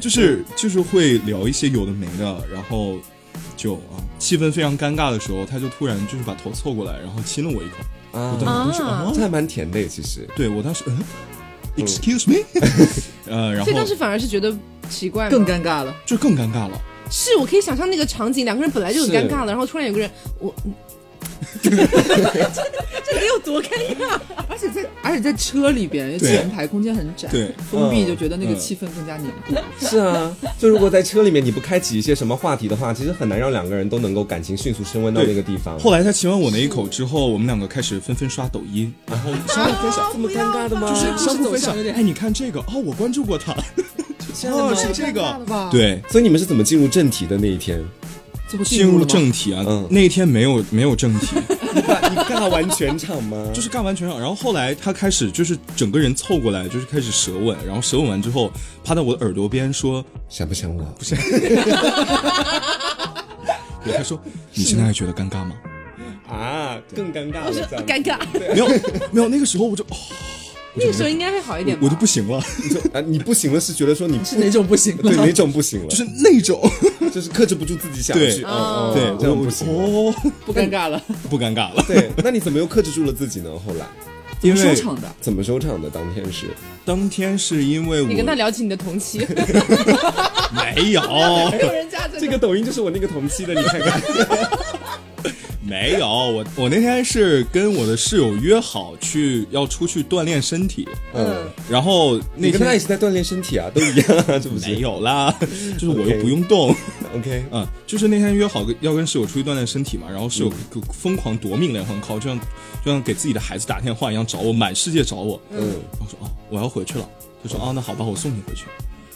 Speaker 4: 就是就是会聊一些有的没的，然后就啊气氛非常尴尬的时候，他就突然就是把头凑过来，然后亲了我一口，
Speaker 2: 啊
Speaker 4: 我当时就是啊
Speaker 5: 啊，
Speaker 2: 这还蛮甜的耶，其实。
Speaker 4: 对我当时嗯，excuse me，呃，然
Speaker 5: 所
Speaker 4: 后
Speaker 5: 以当时反而是觉得奇怪吗，
Speaker 3: 更尴尬了。
Speaker 4: 就更尴尬了。
Speaker 5: 是我可以想象那个场景，两个人本来就很
Speaker 2: 是
Speaker 5: 尴尬了，然后突然有个人，我 这这得有多尴尬？
Speaker 3: 而且在而且在车里边，因为
Speaker 4: 对
Speaker 3: 前排空间很窄，
Speaker 4: 对
Speaker 3: 封闭
Speaker 2: 嗯
Speaker 3: 就觉得那个
Speaker 4: 嗯
Speaker 3: 气氛更加凝固。
Speaker 2: 是啊，就如果在车里面你不开启一些什么话题的话，其实很难让两个人都能够感情迅速升温到那个地方。
Speaker 4: 后来他亲完我那一口之后，我们两个开始纷纷刷抖音，然后相互分享，
Speaker 2: 这么尴尬的吗？
Speaker 4: 就是
Speaker 3: 啊
Speaker 4: 相互分
Speaker 3: 这种
Speaker 4: 享
Speaker 3: 小有。点
Speaker 4: 哎，你看这个哦，我关注过他， 哦，是这个，
Speaker 3: 吧？，
Speaker 4: 对。
Speaker 2: 所以你们是怎么进入正题的那一天？
Speaker 3: 最后
Speaker 4: 进入
Speaker 3: 了吗
Speaker 4: 正题啊，
Speaker 2: 嗯
Speaker 4: 那一天没有没有正题，
Speaker 2: 你尬你尬完全场吗？
Speaker 4: 就是干完全场，然后后来他开始就是整个人凑过来，就是开始舌吻，然后舌吻完之后趴到我的耳朵边说，
Speaker 2: 想不想我？不是，
Speaker 4: 对他 说你现在还觉得尴尬吗？
Speaker 2: 啊，更尴尬了。这样
Speaker 5: 尴尬，
Speaker 4: 没有没有，那个时候我就哦，
Speaker 5: 那个时候应该会好一点吧？
Speaker 4: 我就不行了，
Speaker 2: 你 就啊，你不行了是觉得说你 不
Speaker 3: 是哪种不行了？
Speaker 2: 对哪种不行了，就
Speaker 4: 就
Speaker 2: 是
Speaker 4: 是那种，
Speaker 2: 就是克制不住自己想
Speaker 4: 对
Speaker 2: 去，
Speaker 5: 哦
Speaker 2: 哦，
Speaker 4: 对，
Speaker 2: 哦这样
Speaker 4: 我
Speaker 2: 不行了。
Speaker 4: 哦，
Speaker 3: 不尴 尬了，
Speaker 4: 不尴尬了，
Speaker 2: 对，那你怎么又克制住了自己呢？后来
Speaker 4: 因
Speaker 3: 收
Speaker 4: 为
Speaker 3: 场的。
Speaker 2: 怎么收场的？当天是
Speaker 4: 当天是因为我
Speaker 5: 你跟他聊起你的同期，
Speaker 4: 没 有
Speaker 5: 人家真的
Speaker 2: 这个抖音就是我那个同期的，你看看。
Speaker 4: 没有，我我那天是跟我的室友约好去要出去锻炼身体，
Speaker 2: 嗯，
Speaker 4: 然后那
Speaker 2: 你跟他也
Speaker 4: 天
Speaker 2: 是在锻炼身体啊，都一样啊，是不是？
Speaker 4: 没有啦，就是 我又不用动。
Speaker 2: OK，
Speaker 4: 啊，就是那天约好跟要跟室友出去锻炼身体嘛，然后室友给我疯狂夺命连环 call，就像就像给自己的孩子打电话一样找我，满世界找我。
Speaker 2: 嗯，
Speaker 4: 然后说哦，我要回去了。他说哦，那好吧，我送你回去。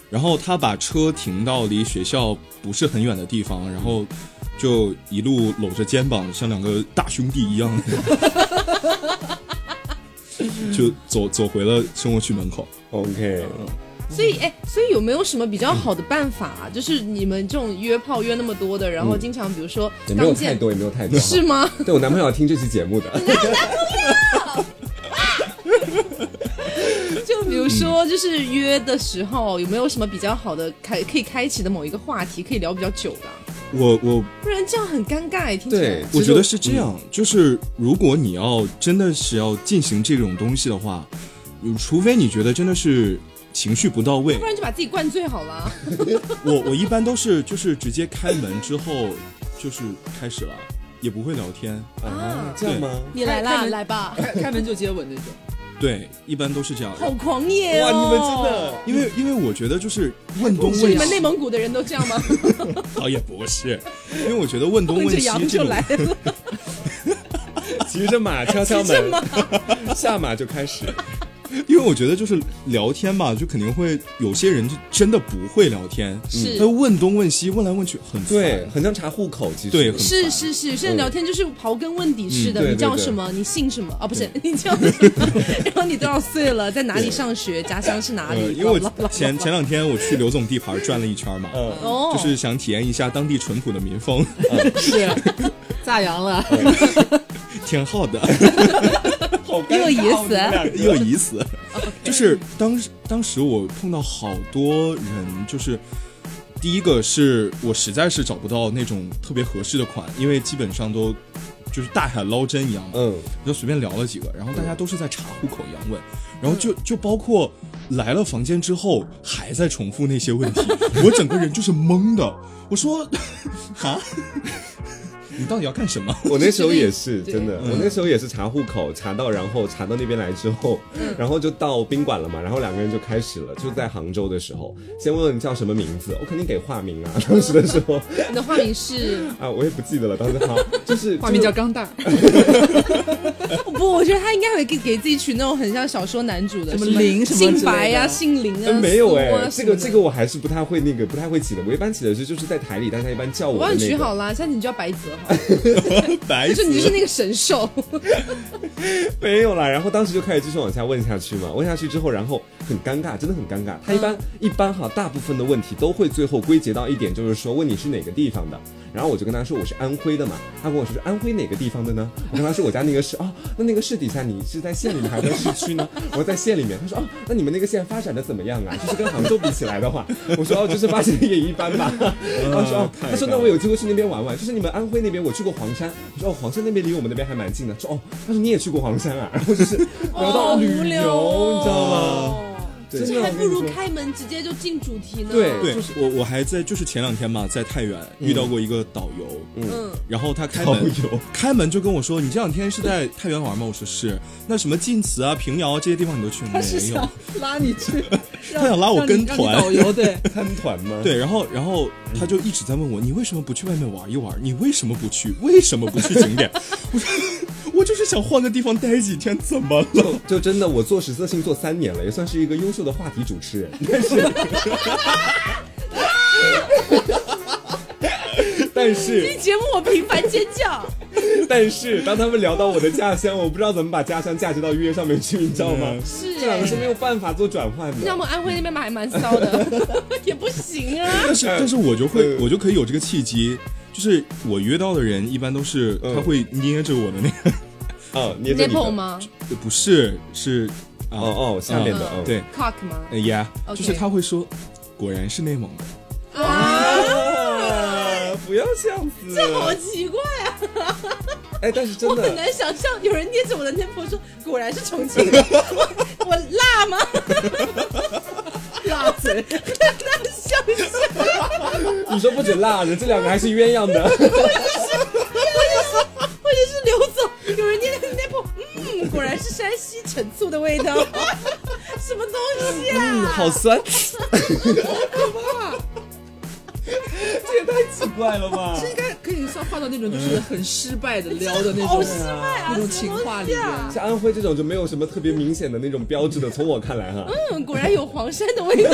Speaker 4: 然后他把车停到离学校不是很远的地方，然后就一路搂着肩膀，像两个大兄弟一样， 就走走回了生活区门口。
Speaker 2: OK，
Speaker 5: 所以，哎，所以有没有什么比较好的办法、啊？就是你们这种约炮约那么多的，然后经常比如说
Speaker 2: 嗯也没有
Speaker 5: 刚
Speaker 2: 太
Speaker 5: 见，
Speaker 2: 多，也没有太多。
Speaker 5: 是吗？
Speaker 2: 对我男朋友要听这期节 目的，
Speaker 5: 就比如说就是约的时候，有没有什么比较好的开可以开启的某一个话题，可以聊比较久的啊？
Speaker 4: 我我
Speaker 5: 不然这样很尴尬哎，听起来
Speaker 2: 对，。
Speaker 4: 我觉得是这样，
Speaker 5: 嗯
Speaker 4: 就是如果你要真的是要进行这种东西的话，除非你觉得真的是情绪不到位
Speaker 5: 不，然就把自己灌醉好了。
Speaker 4: 我我一般都是 就是直接开门之后就是开始了，也不会聊天，
Speaker 2: 啊，这样吗？
Speaker 1: 你
Speaker 3: 来啦
Speaker 1: 来吧，
Speaker 3: 开开门就接吻那种，
Speaker 4: 对，一般都是这样。
Speaker 5: 好狂野
Speaker 2: 哇，
Speaker 5: 哦！
Speaker 2: 你们真的，
Speaker 4: 因为因为我觉得就是问东
Speaker 5: 是你
Speaker 4: 问
Speaker 5: 们内
Speaker 4: 西，
Speaker 5: 蒙古的人都这 样吗？
Speaker 4: 倒也不是，因为我觉得问东
Speaker 5: 奔着
Speaker 4: 问西
Speaker 5: 羊
Speaker 4: 这
Speaker 5: 就
Speaker 4: 种
Speaker 5: 来了，
Speaker 2: 骑着马敲敲
Speaker 5: 这么
Speaker 2: 门， 下马就开始。
Speaker 4: 因为我觉得就是聊天嘛，就肯定会有些人就真的不会聊天，
Speaker 5: 是
Speaker 4: 他问东问西，问来问去很烦。
Speaker 2: 对，很像查户口，其实
Speaker 4: 对很
Speaker 5: 是是是，现在聊天就是刨根问底式
Speaker 2: 嗯
Speaker 5: 的，
Speaker 2: 对
Speaker 5: 你叫
Speaker 2: 对对
Speaker 5: 什么？你姓什么？啊，不是，你叫什么？ 然后你多少岁了？在哪里上学？家乡是哪
Speaker 4: 呃，
Speaker 5: 里？
Speaker 4: 因 为
Speaker 5: blah blah
Speaker 4: 我
Speaker 5: blah
Speaker 4: 前前两天我去刘总地盘转了一圈嘛，
Speaker 2: 嗯，
Speaker 5: 哦，
Speaker 4: 就是想体验一下当地淳朴的民风，
Speaker 3: 是炸羊了，
Speaker 4: 挺好的。
Speaker 2: 好尴尬
Speaker 5: 又有意思
Speaker 2: 你 们俩
Speaker 4: 又已死，就是当时当时我碰到好多人，就是第一个是我实在是找不到那种特别合适的款，因为基本上都就是大海捞针一样嘛，
Speaker 2: 嗯，
Speaker 4: 就随便聊了几个，然后大家都是在查户口一样问，然后就就包括来了房间之后还在重复那些问题，我整个人就是懵的，我说啊， 你到底要干什么？
Speaker 2: 我那时候也是
Speaker 5: 对
Speaker 2: 真的，我那时候也是查户口，查到然后查到那边来之后，
Speaker 5: 嗯
Speaker 2: 然后就到宾馆了嘛，然后两个人就开始了，就在杭州的时候，先问问你叫什么名字，我肯定给化名啊，当时的时候
Speaker 5: 你的化名是，
Speaker 2: 啊，我也不记得了，当时好就是
Speaker 3: 画面叫钢蛋儿，
Speaker 5: 我 不，我觉得他应该会给给自己取那种很像小说男主的，
Speaker 3: 什么林什么之类的
Speaker 5: 姓白呀、姓林啊，
Speaker 2: 呃没有
Speaker 5: 哎、
Speaker 2: 哎、这个这个我还是不太会那个，不太会起的。我一般起的是就是在台里，但是他一般叫
Speaker 5: 我
Speaker 2: 我
Speaker 5: 帮
Speaker 2: 的
Speaker 5: 你
Speaker 2: 那
Speaker 5: 取
Speaker 2: 个。
Speaker 5: 好了，下次你叫白泽
Speaker 2: 哎
Speaker 5: 好了，
Speaker 4: 白
Speaker 5: 就是你
Speaker 4: 子
Speaker 5: 就是那个 神兽，
Speaker 2: 没有啦，然后当时就开始继续往下问下去嘛，问下去之后，然后很尴尬，真的很尴尬。他一
Speaker 5: 嗯
Speaker 2: 般、一般哈，大部分的问题都会最后归结到一点，就是说问你是哪个地方的。然后我就跟他说我是安徽的嘛，他跟我说是安徽哪个地方的呢？我跟他说我家那个市啊、那那个市底下你是在县里面还是在市区呢？我说在县里面。他说哦，那你们那个县发展的怎么样啊？就是跟杭州比起来的话，我说哦，就是发展的也一般 吧。
Speaker 5: 啊
Speaker 2: 他说哦，他说那我有机会去那边玩玩，就是你们安徽那边我去过黄山，我说哦，黄山那边离我们那边还蛮近的。说哦，他说你也去过黄山啊？然后就是聊到旅游，你知道吗？对
Speaker 1: 哦这还不如开门直接就进主题呢。
Speaker 2: 对
Speaker 4: 对，我我还在就是前两天嘛，在太原遇到过一个导游，
Speaker 1: 嗯，
Speaker 4: 然后他开
Speaker 2: 导
Speaker 4: 门
Speaker 2: 游
Speaker 4: 开门就跟我说：“你这两天是在太原玩吗？”我说：“是。”那什么晋祠啊、平遥啊这些地方你都去吗？
Speaker 3: 他是
Speaker 4: 没有
Speaker 3: 想。拉你去，
Speaker 4: 他想拉我跟
Speaker 3: 让你让你导
Speaker 4: 团。
Speaker 3: 游对，
Speaker 2: 参团吗？
Speaker 4: 对，然后然后他就一直在问我：“你为什么不去外面玩一玩？你为什么不去？为什么不去景点？” 我说：“我就是想换个地方待几天，怎么了
Speaker 2: 就就真的，我做实色性做三年了，也算是一个优秀的话题主持人。 但是，但是，
Speaker 1: 节目我频繁尖叫，
Speaker 2: 但是，当他们聊到我的家乡，我不知道怎么把家乡嫁接到约上面去，你知道吗？
Speaker 5: 是
Speaker 2: 这两个是没有办法做转换
Speaker 5: 要
Speaker 2: 的。
Speaker 5: 么安徽那边嘛还蛮骚的， 也不行啊？”。
Speaker 4: 但是 但是我就会
Speaker 2: 嗯
Speaker 4: 我就可以有这个契机，就是我约到的人一般都是
Speaker 2: 嗯
Speaker 4: 他会捏着我的那个，
Speaker 2: 哦，捏着你
Speaker 5: Nipple
Speaker 2: 的。
Speaker 5: 吗
Speaker 4: 不是是啊
Speaker 2: 哦哦，下面的，嗯，
Speaker 4: 对，
Speaker 5: ？Cock 吗？
Speaker 4: 哎呀，
Speaker 5: OK
Speaker 4: 就是他会说，果然是内蒙的。
Speaker 2: 啊，不要这样子。
Speaker 1: 好奇怪啊！
Speaker 2: 哎，但是真
Speaker 1: 我很
Speaker 2: 的，
Speaker 1: 难想象有人捏着我的内婆说，果然是重庆的，我我辣吗？
Speaker 3: 辣嘴，
Speaker 1: 那笑一笑，
Speaker 2: 你说不止辣的，这两个还是鸳 鸯的。
Speaker 1: 或者是刘总，有人捏着内婆，嗯，果然是山西陈醋的味 道，什么东西啊？
Speaker 2: 嗯，好酸，好可怕！这也太奇怪了吧！
Speaker 3: 应该可以算画到那种就是很失败的撩的那种，
Speaker 1: 好失败啊
Speaker 3: 那种情话里
Speaker 1: 什么东西啊
Speaker 3: 面。
Speaker 2: 像安徽这种就没有什么特别明显的那种标志的，从我看来哈，
Speaker 1: 嗯，果然有黄山的味道。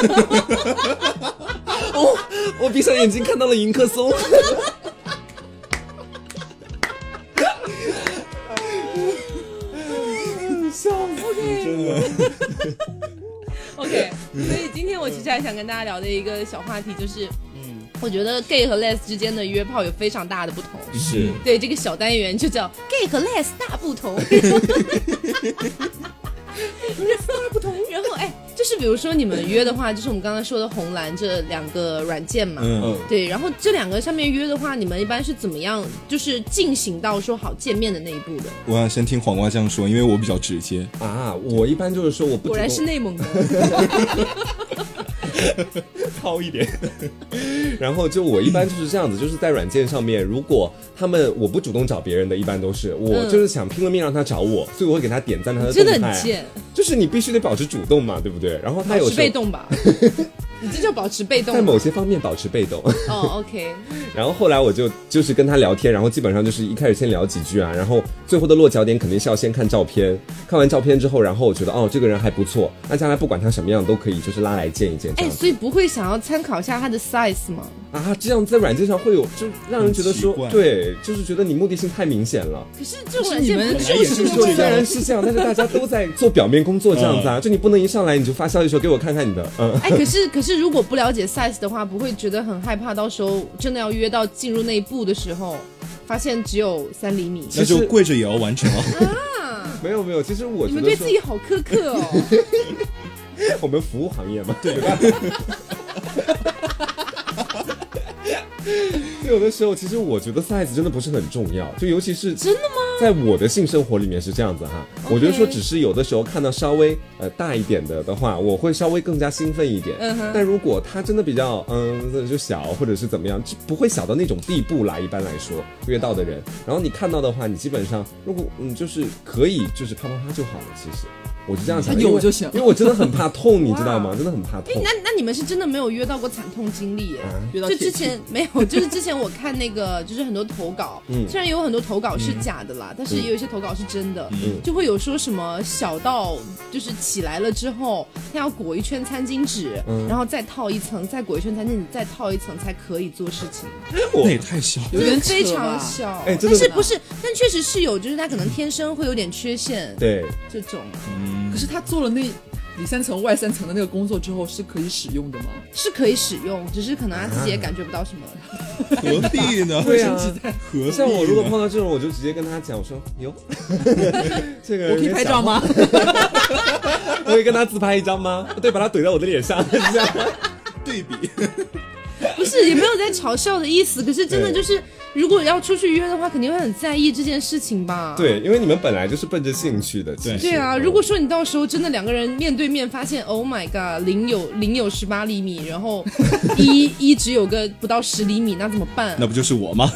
Speaker 2: 哦，我闭上眼睛看到了迎客松。笑死！真的，
Speaker 1: OK，所以今天我其实还想跟大家聊的一个小话题就是，嗯，我觉得 gay 和 les 之间的约炮有非常大的不同。
Speaker 2: 是
Speaker 1: 对，这个小单元就叫 gay 和 les 大不同。大不同。然后哎，就是比如说你们约的话，就是我们刚才说的红蓝这两个软件嘛。
Speaker 4: 嗯
Speaker 2: 嗯，
Speaker 1: 对，然后这两个上面约的话，你们一般是怎么样，就是进行到说好见面的那一步的？
Speaker 4: 我要先听黄瓜酱说，因为我比较直接。
Speaker 2: 啊，我一般就是说我不
Speaker 1: 果然
Speaker 2: 主
Speaker 1: 是
Speaker 2: 动
Speaker 1: 内蒙的，
Speaker 2: 糙一点。 然后就我一般就是这样子，就是在软件上面，如果他们我不主动找别人的，一般都是我就是想拼了命让他找我，所以我会给他点赞他的
Speaker 1: 嗯真的
Speaker 2: 动
Speaker 1: 很
Speaker 2: 态。
Speaker 1: 贱，
Speaker 2: 就是你必须得保持主动嘛，对不对？然后他有
Speaker 1: 是
Speaker 2: 时
Speaker 1: 被
Speaker 2: 候
Speaker 1: 动吧？你这叫保持被动
Speaker 2: 在
Speaker 1: 吧。
Speaker 2: 某些方面保持被动。
Speaker 1: 哦，OK，
Speaker 2: 然后后来我就就是跟他聊天，然后基本上就是一开始先聊几句啊，然后最后的落脚点肯定是要先看照片，看完照片之后，然后我觉得哦这个人还不错，那将来不管他什么样都可以就是拉来见一见这
Speaker 1: 哎，
Speaker 2: 样子、
Speaker 1: 所以不会想要参考一下他的 size 吗？
Speaker 2: 啊，这样在软件上会有就让人觉得说
Speaker 4: 很奇怪
Speaker 2: 对，就是觉得你目的性太明显了。
Speaker 1: 可是这种
Speaker 3: 是
Speaker 1: 软
Speaker 3: 你
Speaker 1: 件
Speaker 3: 们
Speaker 1: 不
Speaker 3: 来
Speaker 1: 就
Speaker 3: 也
Speaker 1: 是
Speaker 3: 是
Speaker 1: 这
Speaker 3: 这
Speaker 1: 种
Speaker 3: 样
Speaker 2: 虽然哎是这样，但是大家都在做表面工作这样子啊，就你不能一上来你就发消息说给我看看你的，嗯。
Speaker 1: 哎，可是可是如果不了解 size 的话，不会觉得很害怕，到时候真的要约到进入那一步的时候，发现只有三厘米。
Speaker 4: 那就跪着也要完成啊！
Speaker 2: 没有没有，其实我
Speaker 1: 你
Speaker 2: 觉
Speaker 1: 们
Speaker 2: 得
Speaker 1: 对
Speaker 2: 说
Speaker 1: 自己好苛刻 哦，
Speaker 2: 我们服务行业嘛，对吧？ 就有的时候，其实我觉得 size 真的不是很重要，就尤其是真的吗？在我的性生活里面是这样子哈，我觉得说只是有的时候看到稍微呃大一点的的话，我会稍微更加兴奋一点。
Speaker 1: 嗯哼
Speaker 2: 但如果他真的比较嗯就小或者是怎么样，就不会小到那种地步啦。一般来说约到的人，然后你看到的话，你基本上如果嗯就是可以就是啪啪啪就好了。其实我就这样想，
Speaker 3: 他
Speaker 2: 因为
Speaker 3: 有就行
Speaker 2: 因为我真的很怕痛，你知道吗？真的很怕痛。
Speaker 1: 哎那那你们是真的没有约到过惨痛经历耶？
Speaker 2: 嗯
Speaker 3: 约到
Speaker 1: 就
Speaker 3: 铁
Speaker 1: 之前没有，就是之前我看那个，就是很多投稿，
Speaker 2: 嗯
Speaker 1: 虽然有很多投稿是假的啦，啦，但是也有一些投稿是真的，
Speaker 2: 嗯
Speaker 4: 嗯
Speaker 1: 就会有说什么小到就是起来了之后，他要裹一圈餐巾纸，
Speaker 2: 嗯
Speaker 1: 然后再套一层，再裹一圈餐巾纸，再套一层才可以做事情，
Speaker 4: 那也太小了。
Speaker 3: 有点
Speaker 1: 非
Speaker 3: 扯吧
Speaker 1: 常小。
Speaker 2: 哎真
Speaker 1: 但
Speaker 2: 的
Speaker 1: 是不是？但确实是有，就是他可能天生会有点缺陷，
Speaker 2: 对，
Speaker 1: 这种啊
Speaker 4: 嗯
Speaker 3: 可是他做了那里三层外三层的那个工作之后，是可以使用的吗？
Speaker 1: 是可以使用，只是可能他自己也感觉不到 什么。
Speaker 4: 何必呢？
Speaker 2: 对啊，
Speaker 4: 何必呢？
Speaker 2: 像我如果碰到这种，我就直接跟他讲，我 说哟，这个
Speaker 3: 我可以
Speaker 2: 人家
Speaker 3: 拍
Speaker 2: 想
Speaker 3: 照吗？
Speaker 2: 我可以跟他自拍一张吗？对，把他怼到我的脸上， 这样
Speaker 4: 对比，
Speaker 1: 不是，也没有在嘲笑的意思。可是真的
Speaker 2: 对
Speaker 1: 就是，如果要出去约的话，肯定会很在意这件事情吧？。
Speaker 2: 对，因为你们本来就是奔着兴趣的，其实
Speaker 1: 对啊，
Speaker 2: 嗯
Speaker 1: 如果说你到时候真的两个人面对面，发现 Oh my God，零有零有十八厘米，然后一 一只有个不到十厘米，那怎么办？
Speaker 4: 那不就是我吗？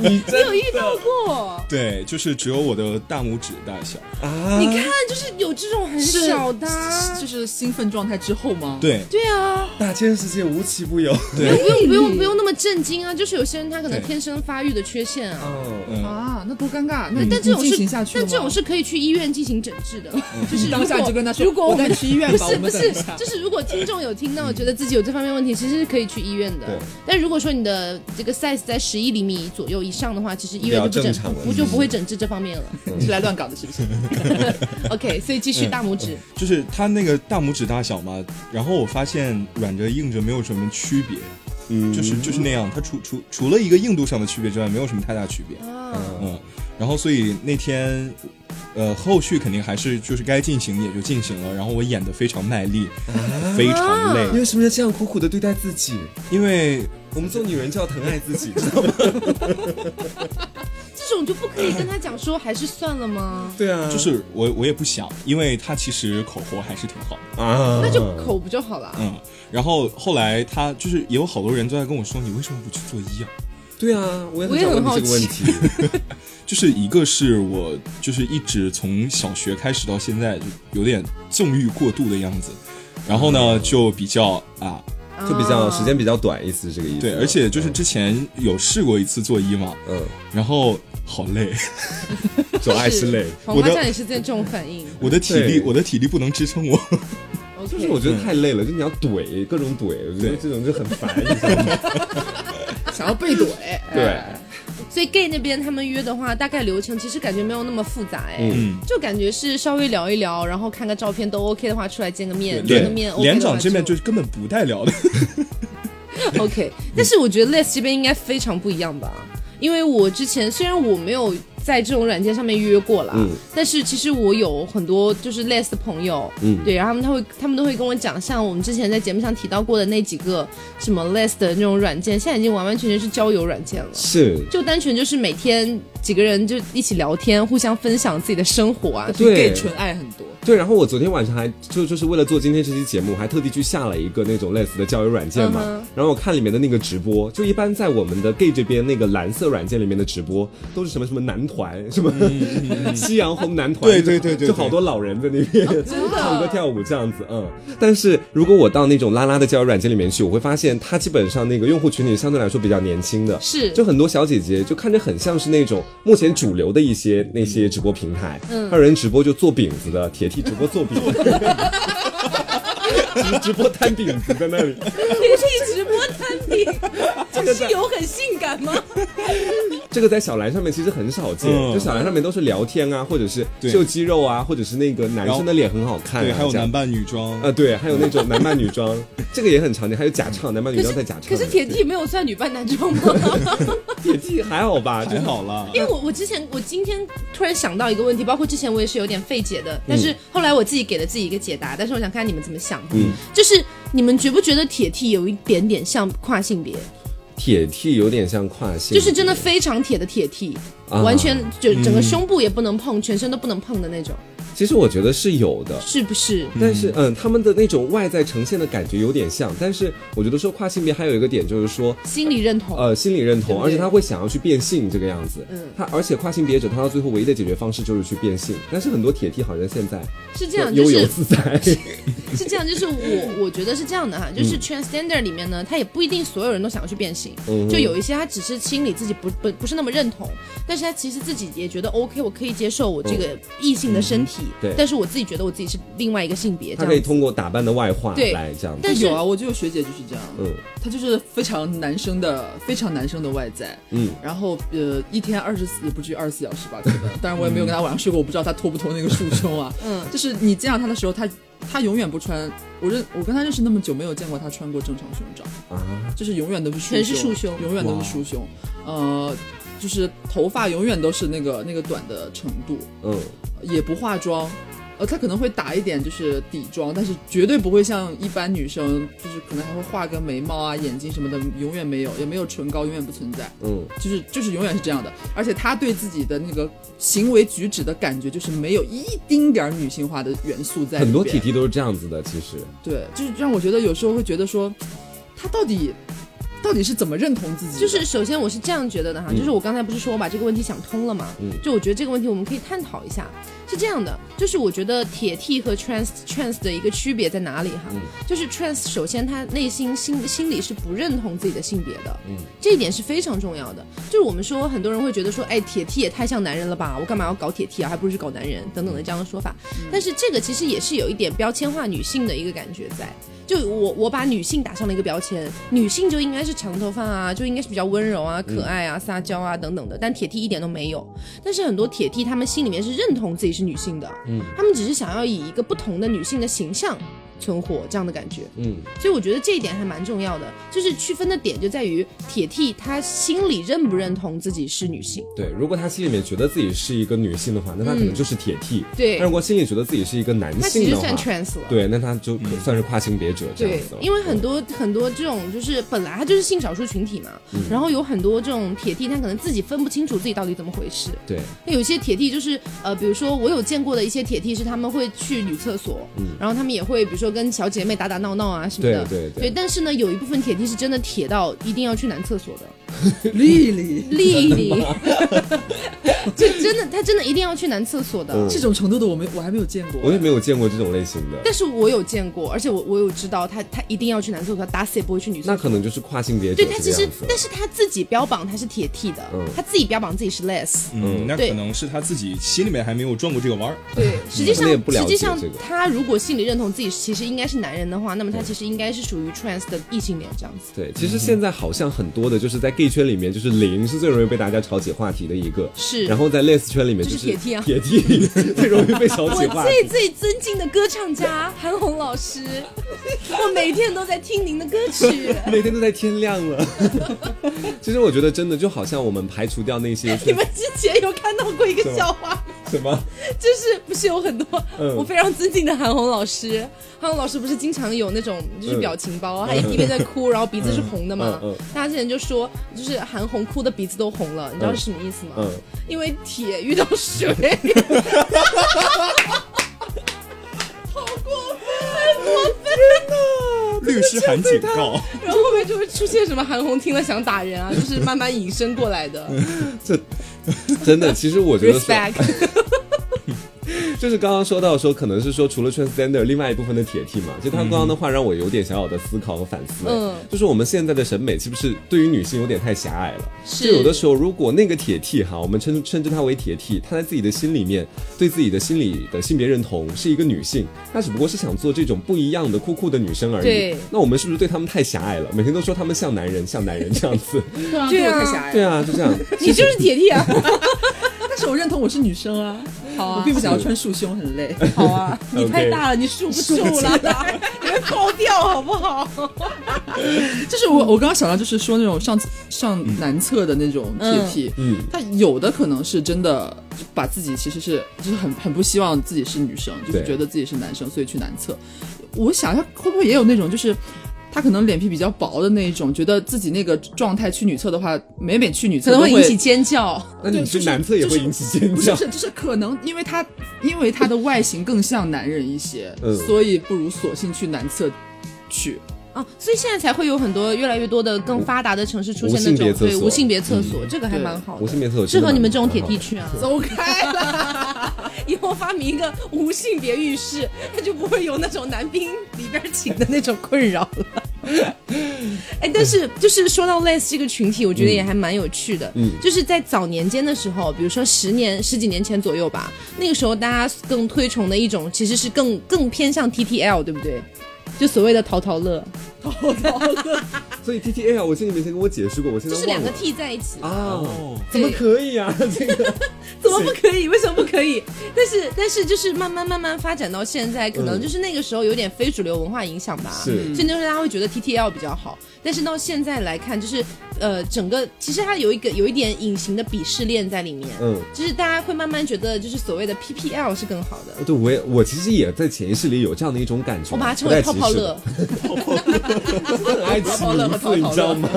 Speaker 1: 你有遇到过？
Speaker 4: 对，就是只有我的大拇指大小。
Speaker 2: 啊
Speaker 1: 你，看，就是有这种很
Speaker 3: 是
Speaker 1: 小的啊，
Speaker 3: 就是兴奋状态之后吗？，
Speaker 4: 对
Speaker 1: 对啊，
Speaker 2: 大千世界无奇不有，
Speaker 4: 对，
Speaker 1: 不用不用不用那么震惊啊，就是有些人他可能
Speaker 4: 对
Speaker 1: 天生发育的缺陷啊。
Speaker 2: 嗯，
Speaker 4: 嗯，
Speaker 3: 啊，那多尴尬！那
Speaker 1: 但这种
Speaker 3: 你进
Speaker 1: 是
Speaker 3: 行下，去了
Speaker 1: 但
Speaker 3: 吗
Speaker 1: 这种是可以去医院进行诊治的，就是如
Speaker 3: 当下
Speaker 1: 果
Speaker 3: 就跟他说，
Speaker 1: 如果
Speaker 3: 我
Speaker 1: 我们
Speaker 3: 带去医院
Speaker 1: 不
Speaker 3: 吧，
Speaker 1: 是
Speaker 3: 我
Speaker 1: 不
Speaker 3: 们等
Speaker 1: 是
Speaker 3: 一下，
Speaker 1: 就是如果听众有听到，觉得自己有这方面问题，其实是可以去医院的
Speaker 2: 对。
Speaker 1: 但如果说你的这个 size 在十一厘米左右以上的话，其实医院
Speaker 2: 比较
Speaker 1: 就不
Speaker 2: 正
Speaker 1: 诊
Speaker 2: 常了
Speaker 1: 不就不会诊治这方面了。
Speaker 3: 你是来乱搞的，是不是？
Speaker 1: OK，所以继续大拇指，
Speaker 4: 就是它那个大拇指大小嘛，然后我发现软着硬着没有什么区别，
Speaker 2: 嗯
Speaker 4: 就是就是那样，它除除除了一个硬度上的区别之外，没有什么太大区别。
Speaker 1: 啊，
Speaker 4: 嗯，然后所以那天，呃，后续肯定还是就是该进行也就进行了，然后我演的非常卖力，
Speaker 2: 啊
Speaker 4: 非常累，
Speaker 2: 你为什么要这样苦苦的对待自己？
Speaker 4: 因为
Speaker 2: 我们做女人就要疼爱自己，知道吗？
Speaker 1: 这种就不可以跟他讲说还是算了吗？
Speaker 2: 对啊，
Speaker 4: 就是我我也不想，因为他其实口活还是挺好的。
Speaker 2: 啊，
Speaker 1: 那就口不就好了？啊
Speaker 4: 嗯，然后后来他就是也有好多人都在跟我说，你为什么不去做医啊？
Speaker 2: 对啊，我也
Speaker 1: 我也
Speaker 2: 很
Speaker 1: 很
Speaker 2: 想
Speaker 1: 好
Speaker 2: 问你这个问题，
Speaker 4: 就是一个是我就是一直从小学开始到现在就有点纵欲过度的样子，然后呢就比较啊
Speaker 1: 啊
Speaker 2: 就比较时间比较短，意思是这个意思。
Speaker 4: 对，而且就是之前有试过一次做医嘛，
Speaker 2: 嗯，
Speaker 4: 然后好累，
Speaker 2: 做爱是累，
Speaker 1: 黄
Speaker 4: 我
Speaker 1: 瓜
Speaker 4: 的
Speaker 1: 酱也是这种反应。
Speaker 4: 我的体力
Speaker 2: 对
Speaker 4: 我的体力不能支撑我，
Speaker 1: OK，
Speaker 2: 就是我觉得太累了，就你要怼各种怼，我觉得这种就很烦，你 知道吗？
Speaker 3: 想要被怼，
Speaker 2: 对，
Speaker 1: 所以 gay 那边他们约的话，大概流程其实感觉没有那么复杂哎，
Speaker 2: 嗯
Speaker 1: 就感觉是稍微聊一聊，然后看个照片都 OK 的话，出来见个面，见个
Speaker 4: 脸
Speaker 1: 面 OK
Speaker 4: 脸
Speaker 1: 的话
Speaker 4: 长这面
Speaker 1: 就
Speaker 4: 就是根本不带聊的，
Speaker 1: OK。但
Speaker 2: 嗯
Speaker 1: 是我觉得 Les 这边应该非常不一样吧，因为我之前虽然我没有在这种软件上面约过啦，
Speaker 2: 嗯
Speaker 1: 但是其实我有很多就是 Les 的朋友，
Speaker 2: 嗯
Speaker 1: 对，然后他们他会他们都会跟我讲，像我们之前在节目上提到过的那几个什么 Les 的那种软件，现在已经完完全全是交友软件了。
Speaker 2: 是。
Speaker 1: 就单纯就是每天几个人就一起聊天，互相分享自己的生活啊。
Speaker 3: 比
Speaker 2: 对
Speaker 3: gay 纯爱很多。
Speaker 2: 对，然后我昨天晚上还就就是为了做今天这期节目，还特地去下了一个那种类似的交友软件嘛。
Speaker 1: 嗯哼
Speaker 2: 然后我看里面的那个直播，就一般在我们的 gay 这边那个蓝色软件里面的直播，都是什么什么男团，什么、 夕阳红男团，
Speaker 4: 嗯对对对对
Speaker 2: 就好多老人在那边、
Speaker 1: 真的
Speaker 2: 唱歌跳舞这样子，嗯。但是如果我到那种拉拉的交友软件里面去，我会发现它基本上那个用户群体相对来说比较年轻的，
Speaker 1: 是
Speaker 2: 就很多小姐姐就看着很像是那种目前主流的一些那些直播平台，嗯，还有人直播就做饼子的，铁梯直播做饼子。直直播摊饼子在那里，
Speaker 1: 体直播摊饼，
Speaker 2: 这个在
Speaker 1: 有很性感吗？
Speaker 2: 这个在小蓝上面其实很少见，
Speaker 4: 嗯
Speaker 2: 就小蓝上面都是聊天啊，或者是
Speaker 4: 对
Speaker 2: 秀肌肉啊，或者是那个男生的脸很好看、啊，
Speaker 4: 对，还有
Speaker 2: 这样
Speaker 4: 男扮女装，
Speaker 2: 啊，对，还有那种男扮女装，这个也很常见，还有假唱，男扮女
Speaker 1: 可
Speaker 2: 装
Speaker 1: 是
Speaker 2: 再假唱。
Speaker 1: 可是铁弟没有算女扮男装吗？
Speaker 2: 铁骑还好吧，就
Speaker 4: 还好啦，
Speaker 1: 因为我我之前我今天突然想到一个问题，包括之前我也是有点费解的，但是后来我自己给了自己一个解答，但是我想看你们怎么想。
Speaker 2: 嗯
Speaker 1: 就是你们觉不觉得铁剃有一点点像跨性别？
Speaker 2: 铁剃有点像跨性别，
Speaker 1: 就是真的非常铁的铁剃，
Speaker 2: 啊嗯
Speaker 1: 完全就整个胸部也不能碰，全身都不能碰的那种。
Speaker 2: 其实我觉得是有的，
Speaker 1: 是不是？
Speaker 2: 但是嗯，他们的那种外在呈现的感觉有点像，但是我觉得说跨性别还有一个点就是说
Speaker 1: 心理认同，
Speaker 2: 呃心理认同，
Speaker 1: 对
Speaker 2: 而且他会想要去变性这个样子。
Speaker 1: 嗯
Speaker 2: 他而且跨性别者他到最后唯一的解决方式就是去变性，但是很多铁 T 好像现在
Speaker 1: 是这 样，就
Speaker 2: 悠游
Speaker 1: 是
Speaker 2: 自在。
Speaker 1: 是这样，就是我我觉得是这样的哈，就是 transgender 里面呢，他也不一定所有人都想要去变性，
Speaker 2: 嗯
Speaker 1: 就有一些他只是心里自己不不不是那么认同，但是他其实自己也觉得 OK，我可以接受我这个异性的身体，
Speaker 2: 嗯对
Speaker 1: 但是我自己觉得我自己是另外一个性别，
Speaker 2: 他
Speaker 1: 这
Speaker 2: 可以
Speaker 1: 样子。
Speaker 2: 通过打扮的外化
Speaker 1: 对
Speaker 2: 来这样子。
Speaker 1: 但是
Speaker 3: 有啊，我就有学姐就是这样，
Speaker 2: 嗯
Speaker 3: 她就是非常男生的，非常男生的外在，
Speaker 2: 嗯，
Speaker 3: 然后呃，一天二十四也不至于二十四小时吧，可能，当然我也没有跟她晚上睡过，我不知道她脱不脱那个束胸啊。
Speaker 1: 嗯，
Speaker 3: 就是你见到她的时候，她她永远不穿，我认我跟她认识那么久，没有见过她穿过正常胸罩，
Speaker 2: 啊，
Speaker 3: 就是永远都是束
Speaker 1: 全是束胸
Speaker 3: 永远都是束胸，呃，就是头发永远都是那个那个短的程度，
Speaker 2: 嗯
Speaker 3: 也不化妆，呃，她可能会打一点就是底妆，但是绝对不会像一般女生，就是可能还会画个眉毛啊、眼睛什么的，永远没有，也没有唇膏，永远不存在，
Speaker 2: 嗯
Speaker 3: 就是就是永远是这样的。而且她对自己的那个行为举止的感觉，就是没有一丁点儿女性化的元素在里
Speaker 2: 很多
Speaker 3: 边
Speaker 2: 体 T 都是这样子的，其实
Speaker 3: 对，就是让我觉得有时候会觉得说，她到底到底是怎么认同自己 的？
Speaker 1: 就是首先我是这样觉得的哈，就是我刚才不是说我把这个问题想通了嘛，
Speaker 2: 嗯
Speaker 1: 就我觉得这个问题我们可以探讨一下。是这样的，就是我觉得铁 T 和 trans trans 的一个区别在哪里哈？
Speaker 2: 嗯
Speaker 1: 就是 trans 首先他内心心心里是不认同自己的性别的，
Speaker 2: 嗯
Speaker 1: 这一点是非常重要的。就是我们说很多人会觉得说，哎，铁 T 也太像男人了吧，我干嘛要搞铁 T 啊，还不如去搞男人等等的这样的说法。但是这个其实也是有一点标签化女性的一个感觉在。就我我把女性打上了一个标签，女性就应该是长头发啊，就应该是比较温柔
Speaker 2: 嗯
Speaker 1: 啊、可爱啊、撒娇啊等等的，但铁 T 一点都没有。但是很多铁 T 他们心里面是认同自己是女性的，
Speaker 2: 嗯
Speaker 1: 他们只是想要以一个不同的女性的形象存活这样的感觉。
Speaker 2: 嗯
Speaker 1: 所以我觉得这一点还蛮重要的，就是区分的点就在于铁 T 他心里认不认同自己是女性。
Speaker 2: 对。如果他心里面觉得自己是一个女性的话，那他可能就是铁 T。
Speaker 1: 嗯对
Speaker 2: 但如果心里觉得自己是一个男
Speaker 1: 他其
Speaker 2: 哎性
Speaker 1: 实
Speaker 2: 的
Speaker 1: 算
Speaker 2: 话，
Speaker 1: trans 了。
Speaker 2: 对，那他就可算是跨性别者这样
Speaker 1: 对
Speaker 2: 子了。，哦嗯
Speaker 1: 因为很多很多这种就是本来他就是性少数群体嘛，
Speaker 2: 嗯
Speaker 1: 然后有很多这种铁 T 他可能自己分不清楚自己到底怎么回事。
Speaker 2: 对，
Speaker 1: 那有些铁 T 就是呃，比如说我有见过的一些铁 T 是他们会去女厕所，
Speaker 2: 嗯
Speaker 1: 然后他们也会比如说跟小姐妹打打闹闹啊什么的。
Speaker 2: 对对对
Speaker 1: 对。但是呢，有一部分铁 T 是真的铁到一定要去男厕所 的。
Speaker 3: 丽丽
Speaker 1: 丽丽， 就真的，他真的一定要去男厕所的。
Speaker 2: 嗯
Speaker 3: 这种程度的，我没我还没有见过。
Speaker 2: 我也没有见过这种类型的，
Speaker 1: 但是我有见过，而且我我有知道他，他一定要去男厕所，他打死也不会去女厕
Speaker 2: 那
Speaker 1: 所。
Speaker 2: 可能就是跨性别者
Speaker 1: 对
Speaker 2: 这
Speaker 1: 他
Speaker 2: 个
Speaker 1: 其实
Speaker 2: 样子，了。
Speaker 1: 但是他自己标榜他是铁 T 的，
Speaker 2: 嗯
Speaker 1: 他自己标榜自己是 less。
Speaker 4: 嗯，那
Speaker 1: 对
Speaker 4: 可能是他自己心里面还没有转过这个弯儿。
Speaker 1: 对，实际
Speaker 2: 可
Speaker 1: 上
Speaker 2: 嗯能也不了
Speaker 1: 实际
Speaker 2: 解
Speaker 1: 上
Speaker 2: 这个
Speaker 1: 他如果心里认同自己其实应该是男人的话，那么他其实应该是属于 trans 的异性恋这样子。
Speaker 2: 对，其实现在好像很多的，就是在 gay 圈里面，就是零是最容易被大家炒起话题的一个，
Speaker 1: 是
Speaker 2: 然后在 les 圈里面
Speaker 1: 就是是铁 T 啊
Speaker 2: 铁 T 最容易被炒起
Speaker 1: 我
Speaker 2: 话
Speaker 1: 最
Speaker 2: 题。
Speaker 1: 最尊敬的歌唱 家韩红老师，我每天都在听您的歌 曲。
Speaker 2: 每天都在天亮了， 其实我觉得真的就好像我们排除掉那些
Speaker 1: 你们之前有看到过一个笑话吗
Speaker 2: 什么，
Speaker 1: 就是不是有很多、
Speaker 2: 嗯
Speaker 1: 我非常尊敬的韩红老师，韩红老师不是经常有那种就是表情包啊，她、一边在哭，然后鼻子是红的嘛。
Speaker 2: 嗯嗯嗯
Speaker 1: 大家之前就说，就是韩红哭的鼻子都红了，你知道是什么意思吗？
Speaker 2: 嗯
Speaker 1: 因为铁遇到水。 好过分，过分
Speaker 4: 律师函警告，
Speaker 1: 然后后面就会出现什么韩红听了想打人啊，就是慢慢引申过来 的。
Speaker 2: 真的，其实我觉得说
Speaker 1: respect，
Speaker 2: 就是刚刚说到说，可能是说除了 transgender，另外一部分的铁 T 嘛，就他刚刚的话让我有点小小的思考和反思。
Speaker 1: 嗯
Speaker 2: 就是我们现在的审美是不是对于女性有点太狭隘了？
Speaker 1: 是
Speaker 2: 就有的时候，如果那个铁 T 哈，我们称称之她为铁 T，她在自己的心里面对自己的心理的性别认同是一个女性，她只不过是想做这种不一样的酷酷的女生而已。
Speaker 1: 对
Speaker 2: 那我们是不是对她们太狭隘了？每天都说她们像男人，像男人这样子。
Speaker 3: 对 啊，
Speaker 1: 对啊
Speaker 3: 我太狭隘了
Speaker 2: 对。啊，就这样。
Speaker 1: 你就是铁 T 啊！
Speaker 3: 但是我认同我是女生啊，
Speaker 1: 好
Speaker 3: 我
Speaker 1: 啊
Speaker 3: 并，不想要穿束胸，很累。
Speaker 1: 好 啊，你
Speaker 2: OK
Speaker 1: 太大了，你束不住了啦，你会爆掉好不好？
Speaker 3: 就是我我刚刚想到，就是说那种上上男厕的那种铁梯，
Speaker 2: 嗯，
Speaker 3: 他有的可能是真的把自己其实是就是很很不希望自己是女生，就是
Speaker 2: 对
Speaker 3: 觉得自己是男生，所以去男厕。我想一下，会不会也有那种就是她可能脸皮比较薄的那一种，觉得自己那个状态去女厕的话，每每去女厕
Speaker 1: 可
Speaker 3: 都
Speaker 1: 能
Speaker 3: 会
Speaker 1: 会引起尖叫。
Speaker 2: 那你去男厕也会引起尖
Speaker 3: 不是
Speaker 2: 叫
Speaker 3: 不，是，就是可能因为她因为她的外形更像男人一些，
Speaker 2: 嗯
Speaker 3: 所以不如索性去男厕去。
Speaker 1: 啊，所以现在才会有很多越来越多的更发达的城市出现那
Speaker 2: 无性别
Speaker 1: 种
Speaker 2: 厕所嗯
Speaker 1: 对无性别厕所，这个还
Speaker 3: 对
Speaker 1: 蛮好
Speaker 2: 我
Speaker 1: 的
Speaker 2: 是，面厕所
Speaker 1: 适
Speaker 2: 真的
Speaker 1: 合
Speaker 2: 蛮
Speaker 1: 你们这种铁
Speaker 2: 蛮好
Speaker 1: 地
Speaker 2: 的
Speaker 1: 区啊。
Speaker 3: 走开了，
Speaker 1: 以后发明一个无性别浴室，他就不会有那种男宾里边请的那种困扰了。 哎，但是就是说到 les 这个群体，我觉得也还蛮有趣的。
Speaker 2: 嗯
Speaker 1: 就是在早年间的时候，比如说十年、十几年前左右吧，那个时候大家更推崇的一种其实是更更偏向 TTL，对不对？就所谓的淘淘乐，
Speaker 2: 所以 T T L，我记得你们以前跟我解释过，我现
Speaker 1: 就
Speaker 2: 在
Speaker 1: 是
Speaker 2: 忘
Speaker 1: 两个
Speaker 2: 了
Speaker 1: T 在一起，
Speaker 2: 啊，
Speaker 4: 哦，
Speaker 2: 怎么可以啊？这个
Speaker 1: 怎么不可以？为什么不可以？但是但是就是慢慢慢慢发展到现在，可能
Speaker 2: 嗯
Speaker 1: 就是那个时候有点非主流文化影响吧。
Speaker 2: 是
Speaker 1: 所以那时候大家会觉得 TTL 比较好，但是到现在来看，就是呃，整个其实它有一个有一点隐形的鄙视链在里面，
Speaker 2: 嗯。
Speaker 1: 就是大家会慢慢觉得，就是所谓的 PPL 是更好的。
Speaker 2: 对，我也我其实也在潜意识里有这样的一种感觉，
Speaker 1: 我把它称
Speaker 2: 不
Speaker 1: 为泡
Speaker 2: 太歧
Speaker 1: 泡
Speaker 2: 视
Speaker 1: 乐，
Speaker 2: 我很爱起名字，你知道吗？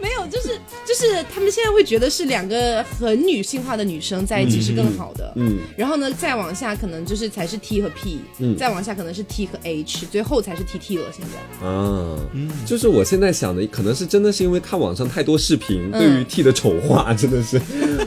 Speaker 1: 没有，就是就是他们现在会觉得是两个很女性化的女生在一起是更好的，
Speaker 2: 嗯，
Speaker 1: 然后呢，再往下可能就是才是 T 和 P，、
Speaker 2: 嗯
Speaker 1: 再往下可能是 T 和 H，最后才是 TT 了。现在
Speaker 2: 啊，就是我现在想的，可能是真的是因为看网上太多视
Speaker 1: 嗯
Speaker 2: 频，对于 T 的丑化 真的是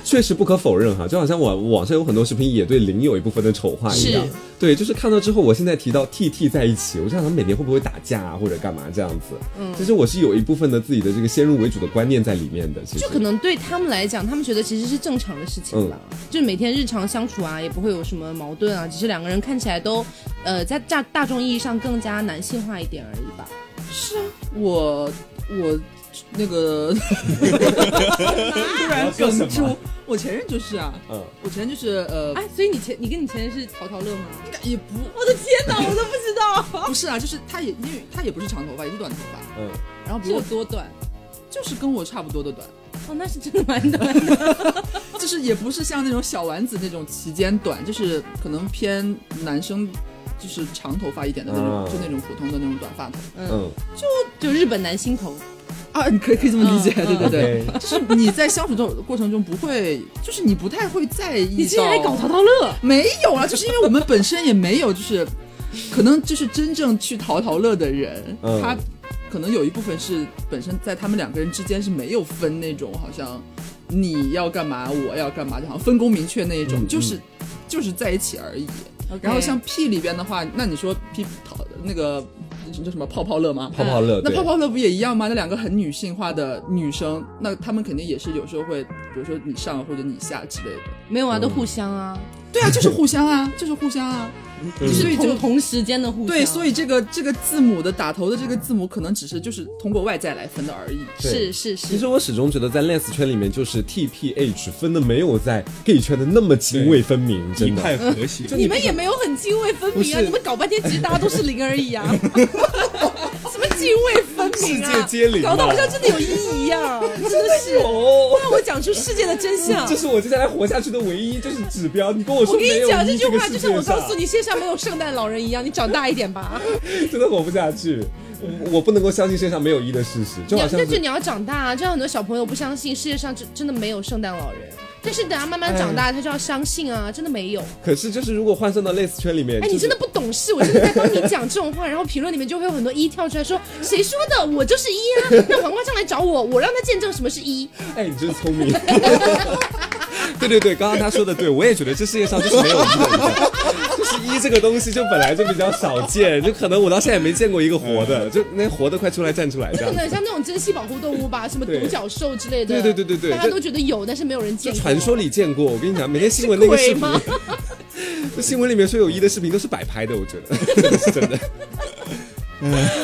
Speaker 2: 确实不可否认哈，就好像我网上有很多视频也对零有一部分的丑化一样
Speaker 1: 是。
Speaker 2: 对，就是看到之后，我现在提到 T T 在一起，我就想他们每年会不会打架啊，或者干嘛这样子？嗯，其实我是有一部分的自己的这个先入为主的观念在里面的，其实
Speaker 1: 就可能对他们来讲，他们觉得其实是正常的事情吧，
Speaker 4: 嗯
Speaker 1: 就是每天日常相处啊，也不会有什么矛盾啊，只是两个人看起来都，呃，在大大众意义上更加男性化一点而已吧。
Speaker 3: 我我 那个突然
Speaker 2: 说什么
Speaker 3: 哽住，我前任就是啊，
Speaker 2: 嗯，
Speaker 3: 我前任就是呃，
Speaker 1: 哎，所以你前你跟你前任是淘淘乐吗？
Speaker 3: 也不
Speaker 1: 我的天 哪，我都不知道，
Speaker 3: 不是啊，就是他也因为他也不是长头发，也是短头发，
Speaker 2: 嗯，
Speaker 3: 然后
Speaker 1: 啊是
Speaker 3: 比
Speaker 1: 有
Speaker 3: 我
Speaker 1: 多短？
Speaker 3: 就是跟我差不多的短，
Speaker 1: 哦，那是真的蛮短的。
Speaker 3: 就是也不是像那种小丸子那种齐肩短，就是可能偏男生。就是长头发一点的那种，
Speaker 2: 嗯
Speaker 3: 就那种普通的那种短发头
Speaker 1: 嗯，
Speaker 2: 嗯
Speaker 1: 就日本男星头。
Speaker 3: 啊，你可以可以这么理解，
Speaker 1: 嗯
Speaker 3: 对对对，
Speaker 2: ，OK，
Speaker 3: 就是你在相处的过程中不会，就是你不太会在意到。
Speaker 1: 你竟然还搞淘淘乐？
Speaker 3: 没有啊，就是因为我们本身也没有，就是 可能就是真正去淘淘乐的人，
Speaker 2: 嗯
Speaker 3: 他可能有一部分是本身在他们两个人之间是没有分那种好像你要干嘛，我要干嘛，就好像分工明确那一种，
Speaker 2: 嗯
Speaker 3: 就是就是在一起而已。
Speaker 1: OK
Speaker 3: 然后像 P 里边的话，那你说 P 淘那个叫什么泡泡乐吗？
Speaker 2: 泡泡乐，
Speaker 3: 那
Speaker 2: 对
Speaker 3: 泡泡乐不也一样吗？那两个很女性化的女生，那她们肯定也是有时候会，比如说你上或者你下之类的。
Speaker 1: 没有啊，都互相啊，
Speaker 3: 对 啊，就是互相啊，就是互相啊。
Speaker 1: 就
Speaker 2: 嗯
Speaker 3: 所
Speaker 1: 是
Speaker 3: 以这
Speaker 1: 同
Speaker 3: 个
Speaker 1: 同时间的互相。
Speaker 3: 对，所以这个这个字母的打头的这个字母，可能只是就是通过外在来分的而已。
Speaker 1: 是是是
Speaker 2: 其实我始终觉得在 Lens 圈里面，就是 T P H 分的没有在 gay 圈的那么泾渭分明，
Speaker 4: 一
Speaker 2: 真的。
Speaker 4: 派和谐，
Speaker 1: 你们也没有很泾渭分明啊，
Speaker 2: 不是
Speaker 1: 你们搞半天其实大家都是零而已 啊，什么泾渭分明啊，
Speaker 4: 世界皆零啊
Speaker 1: 搞得好像真的有意义一样，真的是
Speaker 2: 哦，
Speaker 1: 让我讲出世界的真相
Speaker 2: 这。是我接下来活下去的唯一就是指标。你跟我说
Speaker 1: 我跟
Speaker 2: 没
Speaker 1: 你
Speaker 2: 有
Speaker 1: 讲，这
Speaker 2: 一
Speaker 1: 句
Speaker 2: 个
Speaker 1: 话
Speaker 2: 世
Speaker 1: 就
Speaker 2: 界
Speaker 1: 像我告诉
Speaker 2: 上
Speaker 1: 你线上没有圣诞老人一样，你长大一点吧。
Speaker 2: 真的活不下去。我我不能够相信世界上没有一的事实，就
Speaker 1: 你
Speaker 2: 好
Speaker 1: 要，
Speaker 2: 像
Speaker 1: 但是
Speaker 2: 是
Speaker 1: 你要长大啊！就像很多小朋友不相信世界上真真的没有圣诞老人，但是等他慢慢长
Speaker 2: 哎
Speaker 1: 大，他就要相信啊，真的没有。
Speaker 2: 可是就是如果换算到 Lens 圈里面，
Speaker 1: 哎，你
Speaker 2: 哎就是
Speaker 1: 真的不懂事，我真的在帮你讲这种话，然后评论里面就会有很多一跳出来说，谁说的？我就是一啊！让黄瓜酱来找我，我让他见证什么是一。
Speaker 2: 哎，你真聪明。 对对对，刚刚他说的对，我也觉得这世界上就是没有一的人，就是一这个东西就本来就比较少见，就可能我到现在也没见过一个活的，就那活的快出来站出来这
Speaker 1: 可
Speaker 2: 样子。
Speaker 1: 能像那种珍稀保护动物吧，什么
Speaker 2: 对
Speaker 1: 独角兽之类的。
Speaker 2: 对对对对对
Speaker 1: 大家都觉得有，但是没有人
Speaker 2: 就
Speaker 1: 见过。
Speaker 2: 传说里见过，我跟你讲，每天新闻那个
Speaker 1: 鬼
Speaker 2: 视频，
Speaker 1: 吗？
Speaker 2: 就新闻里面说有一的视频都是摆拍的，我觉得真的是真的。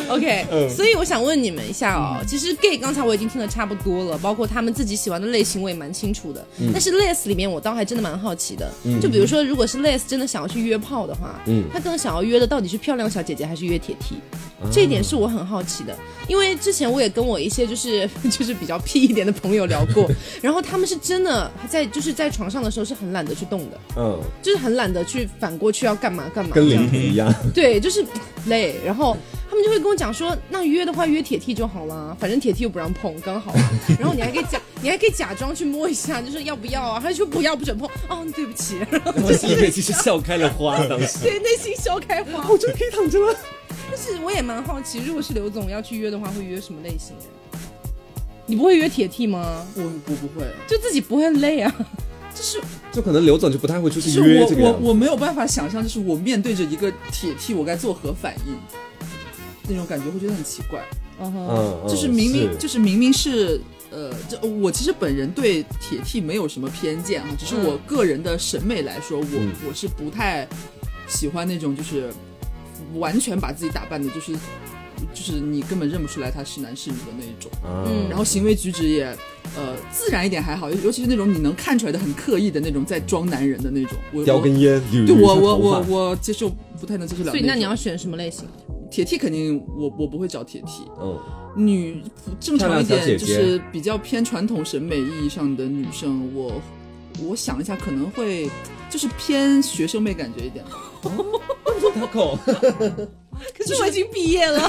Speaker 1: OK，、
Speaker 2: 嗯
Speaker 1: 所以我想问你们一下哦，其实 gay 刚才我已经听得差不多了，包括他们自己喜欢的类型我也蛮清楚的。
Speaker 2: 嗯
Speaker 1: 但是 les 里面我倒还真的蛮好奇的，就比如说如果是 les 真的想要去约炮的话，
Speaker 2: 嗯
Speaker 1: 他更想要约的到底是漂亮小姐姐还是约铁梯？
Speaker 2: 啊
Speaker 1: 这一点是我很好奇的，因为之前我也跟我一些就是 就是比较屁一点的朋友聊 过，然后他们是真的在就是在床上的时候是很懒得去动的，
Speaker 2: 嗯，
Speaker 1: 就是很懒得去反过去要干嘛干嘛这
Speaker 2: 跟
Speaker 1: 样
Speaker 2: 灵体一样，
Speaker 1: 对，就是累，然后他们们就会跟我讲说，那约的话约铁 T 就好啦，反正铁 T 又不让碰，刚 好、然后你还可以假，你还可以假装去摸一下，就说要不要啊？他就说不要，不准碰。哦，对不起， 然后
Speaker 2: 我心里面其实笑开了花，当时。
Speaker 1: 对内心笑开花。
Speaker 2: 我就可以躺着了。
Speaker 1: 但是我也蛮好奇，如果是刘总要去约的话，会约什么类型的？你不会约铁 T 吗？
Speaker 3: 我我不会，
Speaker 1: 就自己不会累啊？
Speaker 3: 就是
Speaker 2: 就可能刘总就不太会出
Speaker 3: 就是
Speaker 2: 去约这个
Speaker 3: 我
Speaker 2: 样
Speaker 3: 我
Speaker 2: 子。
Speaker 3: 我没有办法想象，就是我面对着一个铁 T，我该作何反应？那种感觉会觉得很奇怪。
Speaker 1: 嗯哼，
Speaker 2: 嗯，嗯
Speaker 3: 就是明明
Speaker 2: 是
Speaker 3: 就是明明是呃，这我其实本人对铁 T 没有什么偏见啊，只是
Speaker 1: 嗯
Speaker 3: 我个人的审美来说，我、
Speaker 2: 嗯
Speaker 3: 我是不太喜欢那种就是完全把自己打扮的，就是就是你根本认不出来他是男是女的那一种。
Speaker 2: 啊
Speaker 1: 嗯
Speaker 3: 然后行为举止也，呃，自然一点还好，尤尤其是那种你能看出来的很刻意的那种在装男人的那种，我
Speaker 2: 叼
Speaker 3: 我
Speaker 2: 根烟，捋
Speaker 3: 对
Speaker 2: 捋一
Speaker 3: 我
Speaker 2: 下
Speaker 3: 我
Speaker 2: 头
Speaker 3: 我
Speaker 2: 发
Speaker 3: 我接受不太能接受了。
Speaker 1: 所以那你要选什么类型？
Speaker 3: 铁 T 肯定我我不会找铁 T，
Speaker 2: 嗯，
Speaker 3: 女正常一
Speaker 2: 漂亮小姐
Speaker 3: 点
Speaker 2: 姐
Speaker 3: 就是比较偏传统审美意义上的女生，我我想一下可能会就是偏学生妹感觉一点，
Speaker 2: 他口
Speaker 1: 可是我已经毕业 了，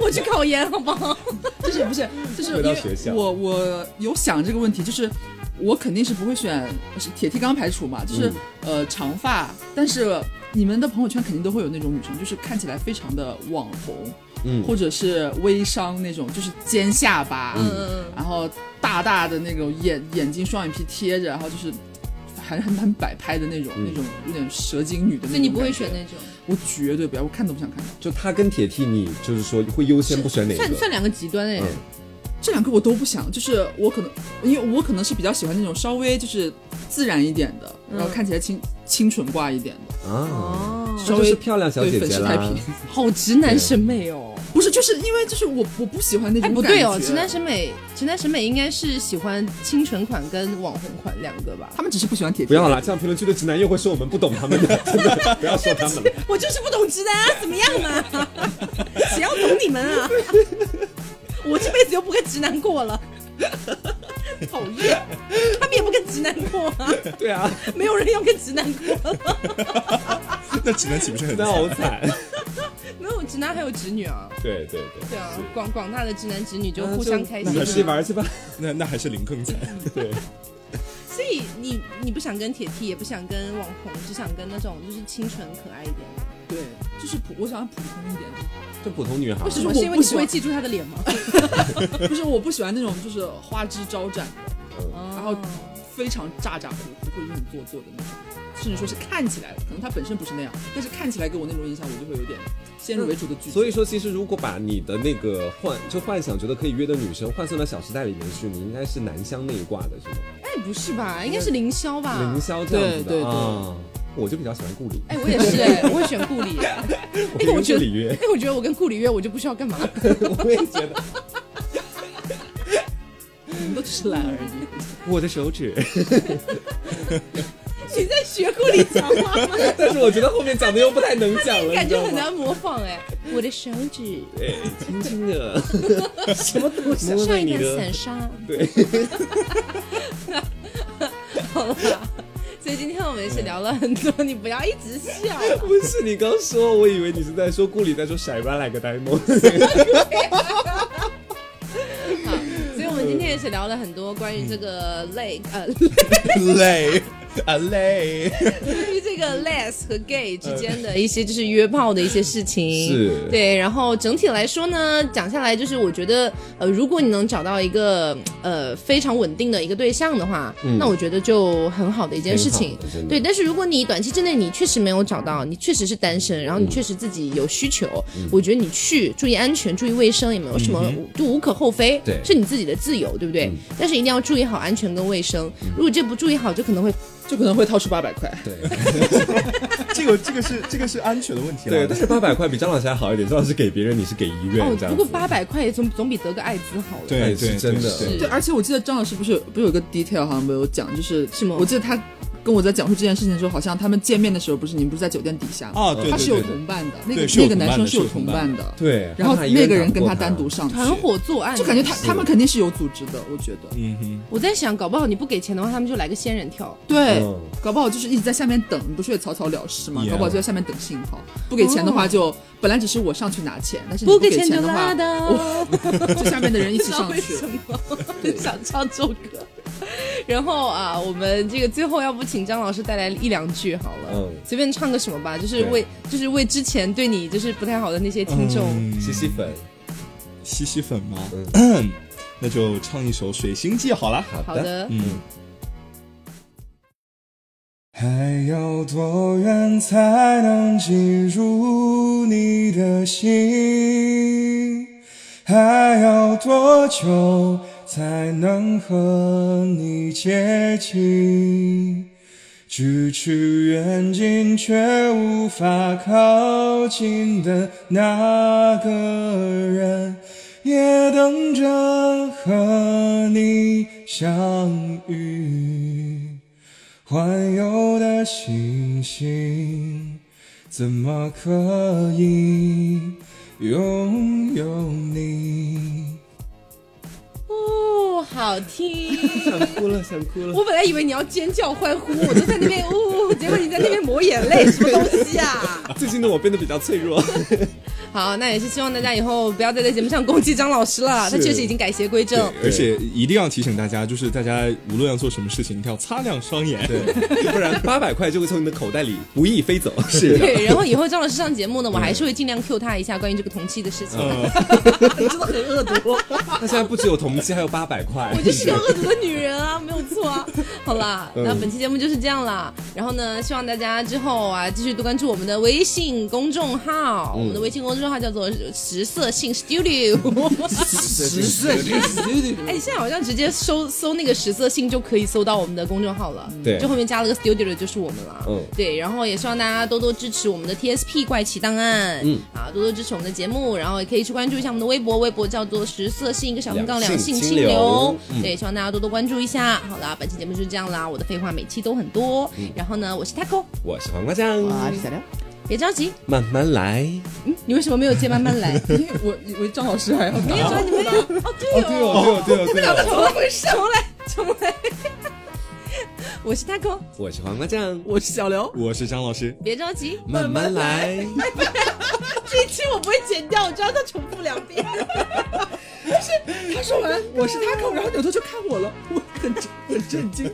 Speaker 1: 我去考研好不好？
Speaker 3: 就是不是就是
Speaker 2: 回到
Speaker 3: 因为
Speaker 2: 学校
Speaker 3: 我我有想这个问题，就是我肯定是不会选是铁 T 刚排除嘛，就是、
Speaker 2: 嗯
Speaker 3: 呃长发，但是你们的朋友圈肯定都会有那种女生，就是看起来非常的网红，
Speaker 2: 嗯
Speaker 3: 或者是微商那种，就是尖下巴，
Speaker 1: 嗯嗯
Speaker 3: 然后大大的那种眼眼睛双眼皮贴着，然后就是还很很摆拍的那种，
Speaker 2: 嗯
Speaker 3: 那种有点蛇精女的那
Speaker 1: 所
Speaker 3: 种。
Speaker 1: 以你不会选那？种，
Speaker 3: 我绝对不要，我看都不想看到。
Speaker 2: 就他跟铁 T，你就是说会优先不选哪
Speaker 1: 算
Speaker 2: 个？
Speaker 1: 算两个极端哎、
Speaker 2: 嗯
Speaker 3: 这两个我都不想，就是我可能，因为我可能是比较喜欢那种稍微就是自然一点的，
Speaker 1: 嗯
Speaker 3: 然后看起来清清纯挂一点的，
Speaker 2: 啊，
Speaker 1: 哦，
Speaker 2: 那就是漂亮小
Speaker 3: 对
Speaker 2: 姐
Speaker 3: 粉
Speaker 2: 姐
Speaker 3: 饰太
Speaker 2: 啦
Speaker 3: 平。。
Speaker 1: 好直男审美哦。
Speaker 3: 不是，就是因为就是我我不喜欢那
Speaker 1: 哎，
Speaker 3: 种
Speaker 1: 不对哦，
Speaker 3: 感觉
Speaker 1: 直男审美，直男审美应该是喜欢清纯款跟网红款两个吧？
Speaker 3: 他们只是不喜欢铁皮。
Speaker 2: 不要啦，这样评论区的直男又会说我们不懂他们的，真的不要说他们了。
Speaker 1: 我就是不懂直男啊，怎么样 啊？谁要懂你们啊？我这辈子又不跟直男过了，讨厌，他们也不跟直男过啊，
Speaker 2: 对啊，
Speaker 1: 没有人要跟直男过了，
Speaker 4: 那直男岂不是很
Speaker 2: 那
Speaker 4: 惨？
Speaker 2: 好惨。
Speaker 1: 没有直男还有直女啊。
Speaker 2: 对对对，
Speaker 1: 对啊
Speaker 2: 是，
Speaker 1: 广广大的直男直女就互相开
Speaker 2: 那
Speaker 1: 心、啊。
Speaker 2: 就那还是玩去吧。
Speaker 4: 那那还是林更惨。
Speaker 2: 对，
Speaker 1: 所以你你不想跟铁 T，也不想跟网红，只想跟那种就是清纯可爱一点。
Speaker 3: 对，就是普我想要普通一点的。
Speaker 2: 就普通女孩
Speaker 3: 不。是
Speaker 1: 是
Speaker 3: 我
Speaker 1: 因为
Speaker 3: 不
Speaker 1: 你
Speaker 3: 喜
Speaker 1: 不
Speaker 3: 欢
Speaker 1: 会记住他的脸吗？
Speaker 3: 不是，我不喜欢那种就是花枝招展的，
Speaker 1: 哦
Speaker 3: 然后非常咋咋呼呼或者是很做作的那种，甚至说是看起来，可能他本身不是那样，但是看起来给我那种印象，我就会有点先入为主的拒绝。
Speaker 2: 所以说，其实如果把你的那个幻就幻想觉得可以约的女生换算到小时代里面去，你应该是男香那一挂的是吗？
Speaker 1: 哎，不是吧？应该是凌霄吧？
Speaker 2: 嗯凌霄这样子的
Speaker 3: 对对对
Speaker 2: 啊。我就比较喜欢顾里，
Speaker 1: 哎，我也是哎，我会选顾里。哎，
Speaker 2: 我跟
Speaker 1: 我觉
Speaker 2: 顾
Speaker 1: 得
Speaker 2: 里 约，
Speaker 1: 我觉得我跟顾里约，我就不需要干 嘛。
Speaker 2: 我也觉得
Speaker 3: 你们都只是懒而已。
Speaker 2: 我的手指，
Speaker 1: 你在学顾里讲话 吗？
Speaker 2: 但是我觉得后面讲的又不太能讲 了，
Speaker 1: 感
Speaker 2: 你知
Speaker 1: 觉
Speaker 2: 道
Speaker 1: 很
Speaker 2: 吗？
Speaker 1: 难模仿哎。我的手指，
Speaker 2: 对，轻轻的，什么东西？摸摸
Speaker 1: 上一
Speaker 2: 你
Speaker 1: 盘
Speaker 2: 的
Speaker 1: 散，沙。
Speaker 2: 对，
Speaker 1: 好了吧。所以今天我们是聊了很多，你不要一直笑啊。
Speaker 2: 不是你刚说，我以为你是在说顾里在说甩巴来个呆 萌，
Speaker 1: 好，所以我们今天也是聊了很多关于这个类呃，
Speaker 4: 累啊累，
Speaker 1: 关于这个 les 和 gay 之间的一些就是约炮的一些事情。
Speaker 2: 是
Speaker 1: 对，然后整体来说呢，讲下来就是我觉得，呃，如果你能找到一个呃非常稳定的一个对象的话，那我觉得就很好的一件事情
Speaker 2: 挺好的真。的
Speaker 1: 对，但是如果你短期之内你确实没有找到，你确实是单身，然后你确实自己有需求，我觉得你去注意安全、注意卫生也没有什么，就无可厚非，
Speaker 2: 对
Speaker 1: 是你自己的自由，对不对？但是一定要注意好安全跟卫生，如果这不注意好，就可能会
Speaker 3: 就可能会掏出八百块，
Speaker 4: 这个这个是这个是安全的问题
Speaker 2: 对，
Speaker 4: 了。
Speaker 2: 但是八百块比张老师还好一点，张老师给别人，你是给医院
Speaker 1: 哦
Speaker 2: 这，样子。
Speaker 1: 不过八百块也总总比得个艾滋好了。
Speaker 4: 对
Speaker 2: 哎
Speaker 4: 对
Speaker 2: 是真的
Speaker 4: 对
Speaker 1: 是
Speaker 3: 对，而且我记得张老师不是不是有个 detail 好像没有讲，就是
Speaker 1: 什么
Speaker 3: 我记得他跟我在讲述这件事情的时候，好像他们见面的时候，不是你们不是在酒店底下吗
Speaker 4: 啊对对
Speaker 3: 他是有
Speaker 4: 对对
Speaker 3: 同伴的，那个
Speaker 4: 对是有
Speaker 3: 那个
Speaker 4: 同伴
Speaker 3: 男生
Speaker 4: 的
Speaker 3: 是
Speaker 4: 是
Speaker 3: 有
Speaker 4: 有同
Speaker 3: 同
Speaker 4: 伴
Speaker 3: 伴的，
Speaker 2: 对，
Speaker 3: 然后
Speaker 2: 他一
Speaker 3: 那个
Speaker 2: 人
Speaker 3: 人跟
Speaker 2: 他
Speaker 3: 他单独，上去，
Speaker 1: 团伙作案，
Speaker 3: 就感觉他
Speaker 1: 是
Speaker 3: 他们肯定是有组织的，我觉得，
Speaker 4: 嗯哼，
Speaker 1: 我在想，搞不好你不给钱的话，他们就来个仙人 跳。
Speaker 3: 对
Speaker 2: 嗯，
Speaker 3: 搞不好就是一直在下面等，不是也草草了事嘛
Speaker 4: Yeah
Speaker 3: 搞不好就在下面等信号，不给钱的话就本来只是我上去拿钱，但是你
Speaker 1: 哦不
Speaker 3: 给
Speaker 1: 给钱就
Speaker 3: 的
Speaker 1: 拉，
Speaker 3: 话
Speaker 1: 倒。
Speaker 3: 就下面的人一起上
Speaker 1: 不
Speaker 3: 去
Speaker 1: 知道为，什么，很想唱这首歌。然后啊，我们这个最后要不请张老师带来一两句好了，
Speaker 2: 嗯
Speaker 1: 随便唱个什么吧，就是
Speaker 2: 对
Speaker 1: 为就是为之前对你就是不太好的那些听众，
Speaker 2: 吸吸粉，
Speaker 4: 吸吸嗯粉吗？嗯， 那就唱一首《水星记》好了。
Speaker 1: 好
Speaker 2: 好的，
Speaker 1: 的，
Speaker 4: 嗯。还要多远才能进入你的心？还要多久才能和你接近？咫尺远近却无法靠近的那个人，也等着和你相遇。环游的星星，怎么可以拥有你？
Speaker 1: 哦，好听。
Speaker 2: 想哭了，想哭了。
Speaker 1: 我本来以为你要尖叫欢呼，我就在那边呜、结果你在那边抹眼泪，什么东西啊？
Speaker 2: 最近的我变得比较脆弱，
Speaker 1: 好，那也是希望大家以后不要再在节目上攻击张老师了，他确实已经改邪归正。
Speaker 4: 而且一定要提醒大家，就是大家无论要做什么事情，一定要擦亮双眼。
Speaker 2: 对，不然八百块就会从你的口袋里不翼飞走。
Speaker 4: 是
Speaker 1: 对，然后以后张老师上节目呢，我还是会尽量 Q 他一下关于这个同期的事情。
Speaker 2: 那现在不只有同期，还有八百块。
Speaker 1: 我就是个恶毒的女人啊，没有错啊。好啦，那本期节目就是这样啦。然后呢，希望大家之后啊，继续多关注我们的微信公众号，我们的微信公众号叫做“十色性 Studio”。
Speaker 3: 十岁，
Speaker 1: 哎，现在好像直接搜搜那个“十色性”就可以搜到我们的公众号了。
Speaker 2: 对
Speaker 1: 就后面加了个 Studio 的就是我们了。
Speaker 2: 嗯
Speaker 1: 对。然后也希望大家多多支持我们的 TSP 怪奇档案，嗯，啊，多多支持我们的节目，然后也可以去关注一下我们的微博，微博叫做“十色性”一个小横杠
Speaker 2: 两
Speaker 1: 两
Speaker 2: 性
Speaker 1: 性
Speaker 2: 清
Speaker 1: 清
Speaker 2: 流
Speaker 1: 流。嗯对，希望大家多多关注一下。好啦，本期节目就是这样啦，我的废话每期都很多。然后呢，我是 Taco，
Speaker 2: 我是黄瓜酱，
Speaker 3: 哇，是小亮，
Speaker 1: 别着急，
Speaker 2: 慢慢来。
Speaker 1: 你为什么没有接慢慢来？
Speaker 3: 因为我以为张老师还要
Speaker 1: 没有，
Speaker 3: 打，
Speaker 1: 你没有，哦，对哦。
Speaker 4: 哦，对哦，对哦，
Speaker 1: 重来，重来，重来！ 我是 Taco，
Speaker 2: 我是黄瓜酱，
Speaker 3: 我是小刘，
Speaker 4: 我是张老师。
Speaker 1: 别着急，
Speaker 2: 慢慢来。
Speaker 1: 这一期我不会剪掉，我知道它重复两遍。
Speaker 3: 他说完我是他口，然后扭头就看我了，我很震很震惊。